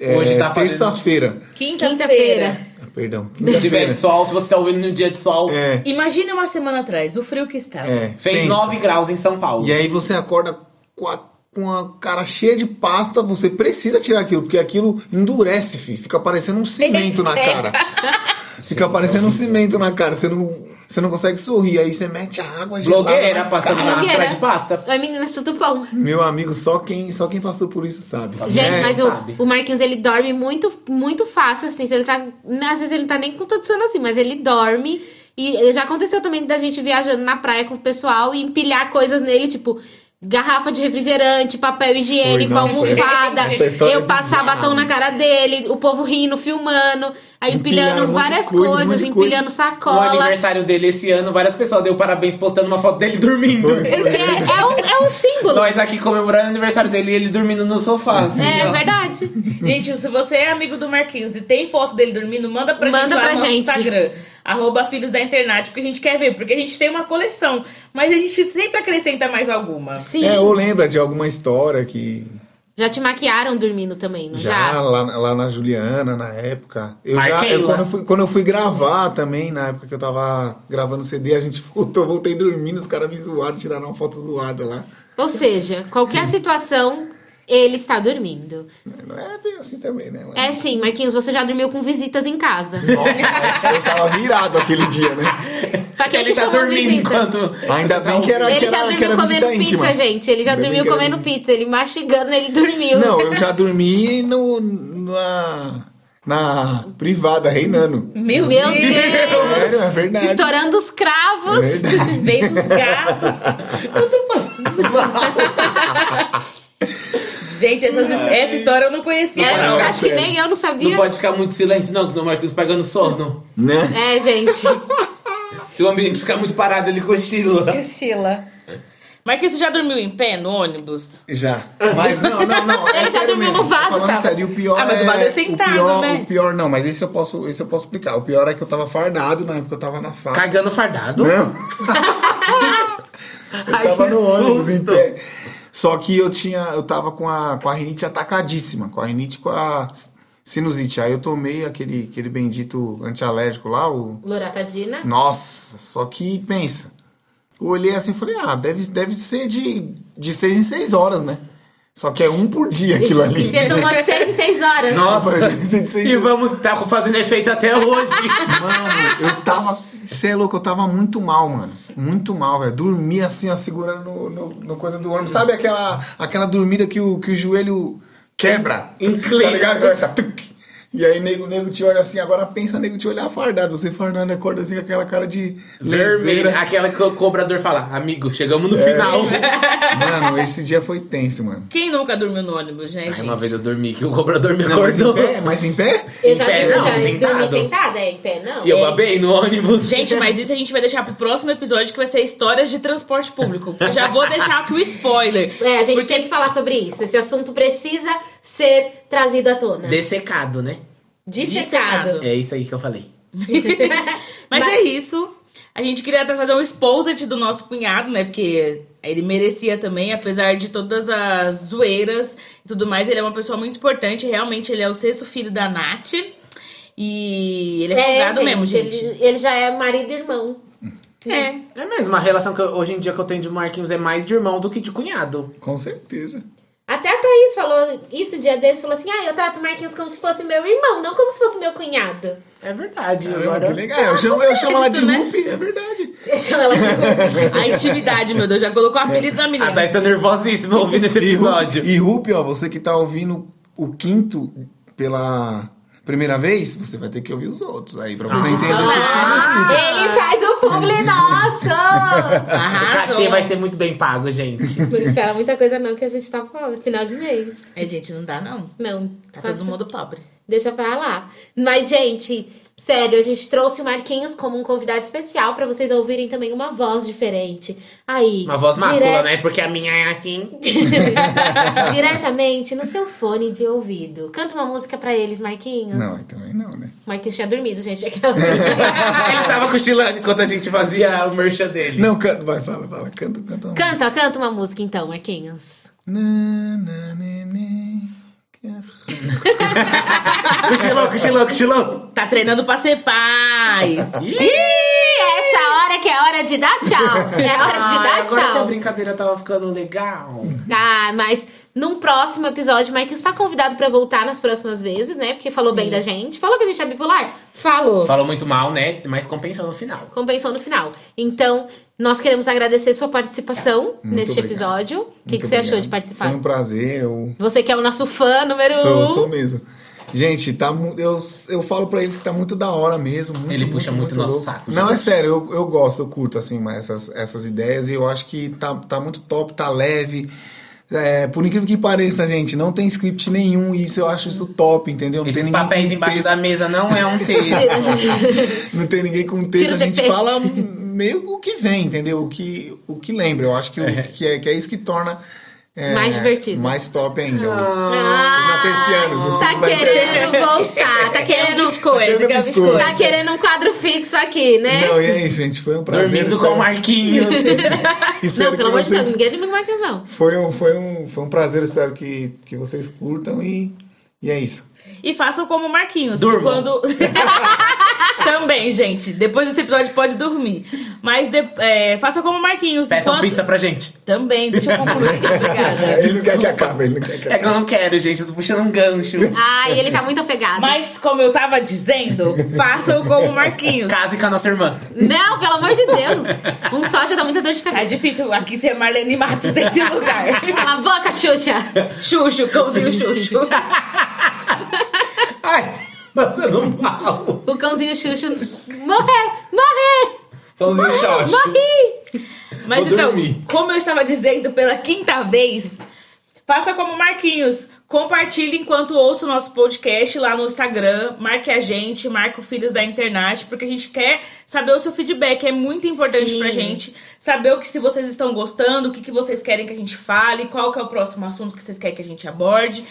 [SPEAKER 4] É,
[SPEAKER 3] Hoje tá fazendo-
[SPEAKER 4] terça-feira.
[SPEAKER 2] Quinta-feira.
[SPEAKER 1] Quinta-feira.
[SPEAKER 4] Ah, Perdão.
[SPEAKER 3] Se tiver
[SPEAKER 4] quinta-feira.
[SPEAKER 3] sol, se você tá ouvindo no dia de sol.
[SPEAKER 4] É,
[SPEAKER 2] Imagina uma semana atrás, o frio que estava.
[SPEAKER 4] é.
[SPEAKER 3] Fez
[SPEAKER 4] pensa.
[SPEAKER 3] 9 graus em São Paulo.
[SPEAKER 4] E aí você acorda com a, com a cara cheia de pasta, você precisa tirar aquilo, porque aquilo endurece, fi. fica parecendo um cimento na cara. Fica parecendo um cimento na cara, você não, você não consegue sorrir, aí você mete a água gelada.
[SPEAKER 3] Blogueira
[SPEAKER 4] na
[SPEAKER 3] passando
[SPEAKER 4] cara.
[SPEAKER 3] máscara de pasta.
[SPEAKER 1] Oi, meninas, tudo é bom?
[SPEAKER 4] Meu amigo, só quem, só quem passou por isso sabe.
[SPEAKER 3] Sabe.
[SPEAKER 1] Gente,
[SPEAKER 4] É,
[SPEAKER 1] mas o,
[SPEAKER 3] sabe.
[SPEAKER 1] o Marquinhos, ele dorme muito, muito fácil, assim. se Ele tá, às vezes ele não tá nem com todo sono assim, mas ele dorme. E já aconteceu também da gente viajando na praia com o pessoal e empilhar coisas nele, tipo garrafa de refrigerante, papel higiênico,
[SPEAKER 4] nossa,
[SPEAKER 1] almofada.
[SPEAKER 4] essa história é
[SPEAKER 1] eu passar
[SPEAKER 4] bizarra.
[SPEAKER 1] batom na cara dele, o povo rindo, filmando, aí
[SPEAKER 4] Empilharam um
[SPEAKER 1] empilhando
[SPEAKER 4] monte de
[SPEAKER 1] várias
[SPEAKER 4] coisa, um
[SPEAKER 1] coisas,
[SPEAKER 4] monte de coisa.
[SPEAKER 1] empilhando
[SPEAKER 3] No
[SPEAKER 1] sacola.
[SPEAKER 3] aniversário dele esse ano, várias pessoas deu parabéns postando uma foto dele dormindo.
[SPEAKER 1] Porque é um, é um símbolo.
[SPEAKER 3] Nós aqui comemorando o aniversário dele e ele dormindo no sofá. assim,
[SPEAKER 1] É
[SPEAKER 3] ó.
[SPEAKER 1] verdade.
[SPEAKER 2] Gente, se você é amigo do Marquinhos e tem foto dele dormindo, manda pra
[SPEAKER 1] Manda
[SPEAKER 2] gente lá
[SPEAKER 1] pra
[SPEAKER 2] no nosso
[SPEAKER 1] gente.
[SPEAKER 2] Instagram. Arroba Filhos da Internet, porque a gente quer ver, porque a gente tem uma coleção. Mas a gente sempre acrescenta mais alguma.
[SPEAKER 1] Sim.
[SPEAKER 4] É, ou lembra de alguma história que
[SPEAKER 1] Já te maquiaram dormindo também, não
[SPEAKER 4] já, Lá, lá na Juliana, na época. Eu já,
[SPEAKER 3] Marquei
[SPEAKER 4] eu,
[SPEAKER 3] lá.
[SPEAKER 4] quando, eu fui, quando eu fui gravar também, na época que eu tava gravando CD, a gente voltou, voltei dormindo, os caras me zoaram, tiraram uma foto zoada lá.
[SPEAKER 1] Ou seja, qualquer situação, ele está dormindo.
[SPEAKER 4] Não é bem assim também, né? Mas-
[SPEAKER 1] É sim, Marquinhos, você já dormiu com visitas em casa.
[SPEAKER 4] Nossa, mas eu tava virado aquele dia, né?
[SPEAKER 1] Pra quem
[SPEAKER 3] Ele
[SPEAKER 1] que
[SPEAKER 3] tá
[SPEAKER 1] chamou a
[SPEAKER 3] dormindo
[SPEAKER 1] visita?
[SPEAKER 3] enquanto. tá
[SPEAKER 4] Ainda bem que era,
[SPEAKER 1] Ele
[SPEAKER 4] que
[SPEAKER 1] já
[SPEAKER 4] era,
[SPEAKER 1] dormiu
[SPEAKER 4] que era
[SPEAKER 1] comendo
[SPEAKER 4] visita
[SPEAKER 1] pizza,
[SPEAKER 4] íntima.
[SPEAKER 1] gente. Ele já
[SPEAKER 4] Ainda bem
[SPEAKER 1] dormiu
[SPEAKER 4] que era
[SPEAKER 1] comendo
[SPEAKER 4] visita-
[SPEAKER 1] pizza. Ele mastigando, ele dormiu.
[SPEAKER 4] Não, eu já dormi no, na, na privada, reinando.
[SPEAKER 2] Meu,
[SPEAKER 1] Meu
[SPEAKER 2] Deus!
[SPEAKER 1] Deus!
[SPEAKER 4] Sério, é verdade.
[SPEAKER 1] Estourando os
[SPEAKER 4] É
[SPEAKER 1] cravos.
[SPEAKER 4] verdade.
[SPEAKER 2] Veio dos gatos.
[SPEAKER 3] Eu tô passando mal.
[SPEAKER 2] Gente, essas- essa história eu não conhecia.
[SPEAKER 1] É,
[SPEAKER 3] não,
[SPEAKER 1] acho que
[SPEAKER 4] sério.
[SPEAKER 1] nem eu não
[SPEAKER 3] Não
[SPEAKER 1] sabia.
[SPEAKER 3] pode ficar muito silêncio, não, que senão o Marquinhos pegando sono.
[SPEAKER 4] Né?
[SPEAKER 1] É, gente.
[SPEAKER 3] Se o ambiente ficar muito parado, ele cochila.
[SPEAKER 2] Estila. Marquinhos, você já dormiu em pé no ônibus?
[SPEAKER 4] Já. Mas não, não, não.
[SPEAKER 1] Ele
[SPEAKER 4] é
[SPEAKER 1] já
[SPEAKER 4] sério
[SPEAKER 1] dormiu
[SPEAKER 4] mesmo.
[SPEAKER 1] no vaso, tá?
[SPEAKER 4] Falando
[SPEAKER 1] cara.
[SPEAKER 4] sério, o pior
[SPEAKER 2] Ah, mas o vaso é sentado,
[SPEAKER 4] o pior,
[SPEAKER 2] né?
[SPEAKER 4] O pior não, mas esse eu posso, esse eu posso explicar. O pior é que eu tava fardado na época, eu tava na faca.
[SPEAKER 3] Cagando fardado.
[SPEAKER 4] Não. eu
[SPEAKER 3] Ai,
[SPEAKER 4] tava
[SPEAKER 3] que
[SPEAKER 4] no ônibus em
[SPEAKER 3] susto.
[SPEAKER 4] pé. Só que eu tinha, eu tava com a, com a rinite atacadíssima, com a rinite com a sinusite. Aí eu tomei aquele, aquele bendito antialérgico lá, o
[SPEAKER 1] Loratadina.
[SPEAKER 4] nossa, só que pensa. Eu olhei assim e falei, ah, deve, deve ser de, de seis em seis horas, né? Só que é um por dia aquilo ali.
[SPEAKER 1] E você é tomou de 6 em 6 horas.
[SPEAKER 3] Nossa.
[SPEAKER 4] Deve ser de seis em
[SPEAKER 3] E
[SPEAKER 4] seis-
[SPEAKER 3] vamos, tá fazendo efeito até hoje.
[SPEAKER 4] Mano, eu tava. Você é louco, eu tava muito mal, mano. Muito mal, velho. Dormia assim, ó, segurando no, no, no coisa do ônibus. Sabe aquela, aquela dormida que o, que o joelho quebra?
[SPEAKER 3] Inclina.
[SPEAKER 4] Tá ligado? Faz essa tuc. E aí, nego, nego te olha assim, agora pensa, nego te olhar fardado. Você fardando, acorda assim com aquela cara de
[SPEAKER 3] Vermelho.
[SPEAKER 4] leseira.
[SPEAKER 3] Aquela que o cobrador fala, amigo, chegamos no final.
[SPEAKER 4] Mano, esse dia foi tenso, mano.
[SPEAKER 2] Quem nunca dormiu no ônibus, né,
[SPEAKER 3] Aí
[SPEAKER 2] gente?
[SPEAKER 3] uma vez eu dormi, que o cobrador me
[SPEAKER 4] Não, mas em
[SPEAKER 3] acordou.
[SPEAKER 4] pé? Mas em pé?
[SPEAKER 1] Eu já,
[SPEAKER 3] Em pé,
[SPEAKER 1] dormi-
[SPEAKER 3] não,
[SPEAKER 1] já dormi
[SPEAKER 3] sentado.
[SPEAKER 1] sentada, é em pé, não.
[SPEAKER 3] E eu babei no ônibus.
[SPEAKER 2] Gente, mas isso a gente vai deixar pro próximo episódio, que vai ser histórias de transporte público. Eu já vou deixar aqui o spoiler.
[SPEAKER 1] É, a gente
[SPEAKER 2] Porque-
[SPEAKER 1] tem que falar sobre isso. Esse assunto precisa ser trazido à tona.
[SPEAKER 3] Dessecado, né?
[SPEAKER 1] Dissecado.
[SPEAKER 3] É isso aí que eu falei.
[SPEAKER 2] Mas, é isso. A gente queria até fazer um exposit do nosso cunhado, né? Porque ele merecia também, apesar de todas as zoeiras e tudo mais. Ele é uma pessoa muito importante. Realmente, ele é o sexto filho da Nath. E ele é, folgado mesmo, gente.
[SPEAKER 1] Ele, ele já é marido e irmão.
[SPEAKER 2] É.
[SPEAKER 3] É mesmo, a relação que eu- hoje em dia que eu tenho de Marquinhos é mais de irmão do que de cunhado.
[SPEAKER 4] Com certeza.
[SPEAKER 1] Até a Thaís falou isso dia deles, falou assim: ah, eu trato o Marquinhos como se fosse meu irmão, não como se fosse meu cunhado.
[SPEAKER 3] É verdade.
[SPEAKER 4] Caramba,
[SPEAKER 3] agora...
[SPEAKER 4] que legal. Eu chamo, eu chamo ela de
[SPEAKER 2] né?
[SPEAKER 4] Rupi, é verdade.
[SPEAKER 1] Você chama ela de
[SPEAKER 2] A intimidade, meu Deus, já colocou o apelido na menina.
[SPEAKER 3] A Thaís tá nervosíssima ouvindo esse
[SPEAKER 4] E Rupi-
[SPEAKER 3] episódio.
[SPEAKER 4] E Rupi, ó, você que tá ouvindo o quinto pela primeira vez, você vai ter que ouvir os outros aí, pra você entender o que que
[SPEAKER 1] Ah,
[SPEAKER 4] significa.
[SPEAKER 1] Ele faz o publi nosso!
[SPEAKER 3] O
[SPEAKER 2] Tá Arrasou.
[SPEAKER 3] cachê vai ser muito bem pago, gente.
[SPEAKER 1] Não espera muita coisa, não, que a gente tá pobre, final de mês.
[SPEAKER 2] É, gente, não dá, não.
[SPEAKER 1] Não,
[SPEAKER 2] Tá
[SPEAKER 1] passa-
[SPEAKER 2] todo mundo pobre.
[SPEAKER 1] Deixa pra lá. Mas, gente, sério, a gente trouxe o Marquinhos como um convidado especial pra vocês ouvirem também uma voz diferente. Aí.
[SPEAKER 3] Uma voz
[SPEAKER 1] dire-
[SPEAKER 3] máscula, né? Porque a minha é assim.
[SPEAKER 1] Diretamente no seu fone de ouvido. Canta uma música pra eles, Marquinhos.
[SPEAKER 4] Não, aí também não, né?
[SPEAKER 1] Marquinhos tinha dormido, gente. Aquela...
[SPEAKER 3] Ele tava cochilando enquanto a gente fazia o merchan dele.
[SPEAKER 4] Não, canta, vai, fala, fala. Canta, canta. um.
[SPEAKER 1] canta, canta uma música então, Marquinhos.
[SPEAKER 4] Na, na, ne, ne, que-
[SPEAKER 3] Cochilou, cochilou, cochilou.
[SPEAKER 2] Tá treinando pra ser pai.
[SPEAKER 1] E essa Essa hora que é hora de dar tchau. É hora de
[SPEAKER 3] Ai,
[SPEAKER 1] dar
[SPEAKER 3] agora que a
[SPEAKER 1] tchau.
[SPEAKER 3] brincadeira tava ficando legal.
[SPEAKER 1] Ah, mas num próximo episódio, o Marquinhos tá convidado pra voltar nas próximas vezes, né? Porque falou bem da gente. Falou que a gente é bipolar? Falou.
[SPEAKER 3] Falou muito mal, né? Mas compensou no final.
[SPEAKER 1] Compensou no final. Então, nós queremos agradecer sua participação
[SPEAKER 4] Tá. Muito
[SPEAKER 1] neste
[SPEAKER 4] obrigado.
[SPEAKER 1] episódio. O que,
[SPEAKER 4] Muito
[SPEAKER 1] que você achou
[SPEAKER 4] obrigado.
[SPEAKER 1] de participar?
[SPEAKER 4] Foi um prazer. Eu
[SPEAKER 1] Você que é o nosso fã número um.
[SPEAKER 4] sou, sou mesmo. Gente, tá, mu- eu, eu falo pra eles que tá muito da hora mesmo. muito,
[SPEAKER 3] Ele puxa muito nosso
[SPEAKER 4] louco.
[SPEAKER 3] saco,
[SPEAKER 4] Não,
[SPEAKER 3] gente.
[SPEAKER 4] é sério, eu, eu gosto, eu curto assim mais essas, essas ideias e eu acho que tá, tá muito top, tá leve. É, por incrível que pareça, gente, não tem script nenhum e isso eu acho isso top, entendeu? Não tem
[SPEAKER 3] Esses
[SPEAKER 4] ninguém com
[SPEAKER 3] papéis embaixo
[SPEAKER 4] texto.
[SPEAKER 3] da mesa não é um texto.
[SPEAKER 4] Não tem ninguém com texto,
[SPEAKER 1] Tira
[SPEAKER 4] a
[SPEAKER 1] o
[SPEAKER 4] gente
[SPEAKER 1] TP.
[SPEAKER 4] fala meio o que vem, entendeu? O que, o que lembra. Eu acho que, o- que, é, que é isso que torna. é,
[SPEAKER 1] Mais divertido.
[SPEAKER 4] Mais top ainda. Os, os
[SPEAKER 1] Ah,
[SPEAKER 4] matercianos, os
[SPEAKER 1] tá
[SPEAKER 4] filhos da
[SPEAKER 1] querendo
[SPEAKER 4] internet. É um
[SPEAKER 1] voltar, tá querendo
[SPEAKER 2] biscoito,
[SPEAKER 4] Cadê
[SPEAKER 2] que é
[SPEAKER 4] meu
[SPEAKER 2] o biscoito.
[SPEAKER 4] biscoito?
[SPEAKER 1] Tá querendo um quadro fixo aqui, né?
[SPEAKER 4] Não, e é isso, gente. Foi um prazer.
[SPEAKER 3] Dormindo
[SPEAKER 4] espero-
[SPEAKER 3] com o Marquinhos.
[SPEAKER 4] espero
[SPEAKER 1] Não, pelo
[SPEAKER 4] que
[SPEAKER 1] amor de
[SPEAKER 4] vocês-
[SPEAKER 1] Deus, ninguém anima com Marquinhos, não.
[SPEAKER 4] Foi um, foi, um, foi um prazer, espero que, que vocês curtam e, e é isso.
[SPEAKER 2] E façam como o Marquinhos. que
[SPEAKER 3] Durmam.
[SPEAKER 2] Quando... Também, gente. Depois desse episódio pode dormir. Mas de... é, faça como o Marquinhos.
[SPEAKER 3] Peçam
[SPEAKER 2] Quando-
[SPEAKER 3] pizza pra gente.
[SPEAKER 2] Também, deixa eu concluir. Obrigada.
[SPEAKER 4] Ele não quer que acabe, ele não quer que
[SPEAKER 3] É que eu
[SPEAKER 4] acabe.
[SPEAKER 3] não quero, gente. Eu tô puxando um gancho.
[SPEAKER 1] Ai, ele tá muito apegado.
[SPEAKER 2] Mas, como eu tava dizendo, façam como o Marquinhos.
[SPEAKER 3] Case com a nossa irmã.
[SPEAKER 1] Não, pelo amor de Deus. Um só já dá muita dor de
[SPEAKER 2] Tá
[SPEAKER 1] cabeça.
[SPEAKER 2] difícil aqui ser Marlene Matos nesse lugar.
[SPEAKER 1] Cala a boca, Xuxa.
[SPEAKER 2] Xuxo, cãozinho Xuxo.
[SPEAKER 3] Ai, é passando mal.
[SPEAKER 1] O cãozinho Xuxa morreu, morreu,
[SPEAKER 3] Vamos em choque.
[SPEAKER 1] morri.
[SPEAKER 2] Mas
[SPEAKER 3] Vou
[SPEAKER 2] então,
[SPEAKER 3] dormir.
[SPEAKER 2] como eu estava dizendo pela quinta vez, faça como o Marquinhos. Compartilhe enquanto ouça o nosso podcast lá no Instagram. Marque a gente, marque o Filhos da Internet, porque a gente quer saber o seu feedback. É muito importante
[SPEAKER 1] Sim.
[SPEAKER 2] pra gente saber o que se vocês estão gostando, o que, que vocês querem que a gente fale, qual que é o próximo assunto que vocês querem que a gente aborde.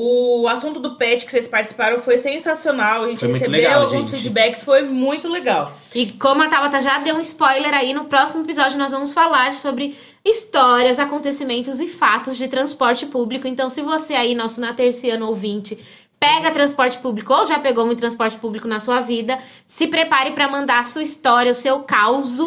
[SPEAKER 2] O assunto do pet que vocês participaram foi sensacional. A gente
[SPEAKER 3] Foi muito
[SPEAKER 2] recebeu
[SPEAKER 3] legal,
[SPEAKER 2] alguns
[SPEAKER 3] gente.
[SPEAKER 2] feedbacks, foi muito legal.
[SPEAKER 1] E como a Tabata já deu um spoiler aí, no próximo episódio nós vamos falar sobre histórias, acontecimentos e fatos de transporte público. Então, se você aí, nosso naterciano ouvinte, pega transporte público ou já pegou muito transporte público na sua vida, se prepare para mandar a sua história, o seu caos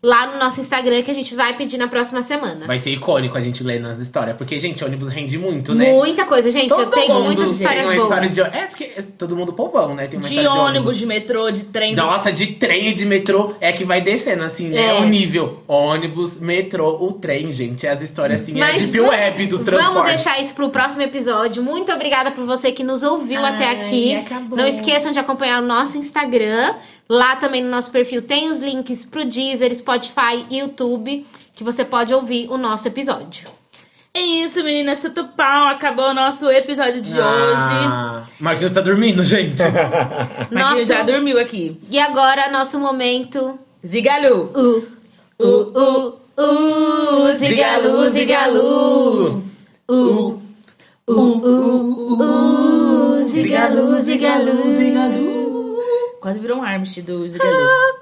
[SPEAKER 1] lá no nosso Instagram que a gente vai pedir na próxima semana.
[SPEAKER 3] Vai ser icônico a gente ler nas histórias. Porque, gente, ônibus rende muito, né?
[SPEAKER 1] Muita coisa, gente. eu tenho muitas histórias
[SPEAKER 3] tem uma
[SPEAKER 1] boas.
[SPEAKER 3] história de... É, porque todo mundo povão, né? Tem uma
[SPEAKER 2] De
[SPEAKER 3] história
[SPEAKER 2] ônibus, de metrô, de trem, do
[SPEAKER 3] Nossa, de trem e de metrô é que vai descendo, assim, né?
[SPEAKER 1] É.
[SPEAKER 3] O nível. Ônibus, metrô, o trem, gente. As histórias, assim, é a deep
[SPEAKER 1] vamos-
[SPEAKER 3] web dos
[SPEAKER 1] Vamos
[SPEAKER 3] transportes.
[SPEAKER 1] deixar isso pro próximo episódio. Muito obrigada por você que nos ouviu
[SPEAKER 3] Ai,
[SPEAKER 1] até aqui.
[SPEAKER 3] acabou.
[SPEAKER 1] Não esqueçam de acompanhar o nosso Instagram. Lá também no nosso perfil tem os links pro Deezer, Spotify e YouTube, que você pode ouvir o nosso episódio.
[SPEAKER 2] É isso, meninas. Tudo pau. Acabou o nosso episódio de
[SPEAKER 3] Ah, Marquinhos tá dormindo, gente.
[SPEAKER 2] hoje. Marquinhos já dormiu aqui.
[SPEAKER 1] E agora, nosso momento.
[SPEAKER 2] Zigalu.
[SPEAKER 1] Uh, uh, uh, uh, zigalu, zigalu. Uh, uh,
[SPEAKER 3] Um,
[SPEAKER 1] uh, uh, zigalu, zigalu, zigalu.
[SPEAKER 2] Quase virou um Armist do Zigalu.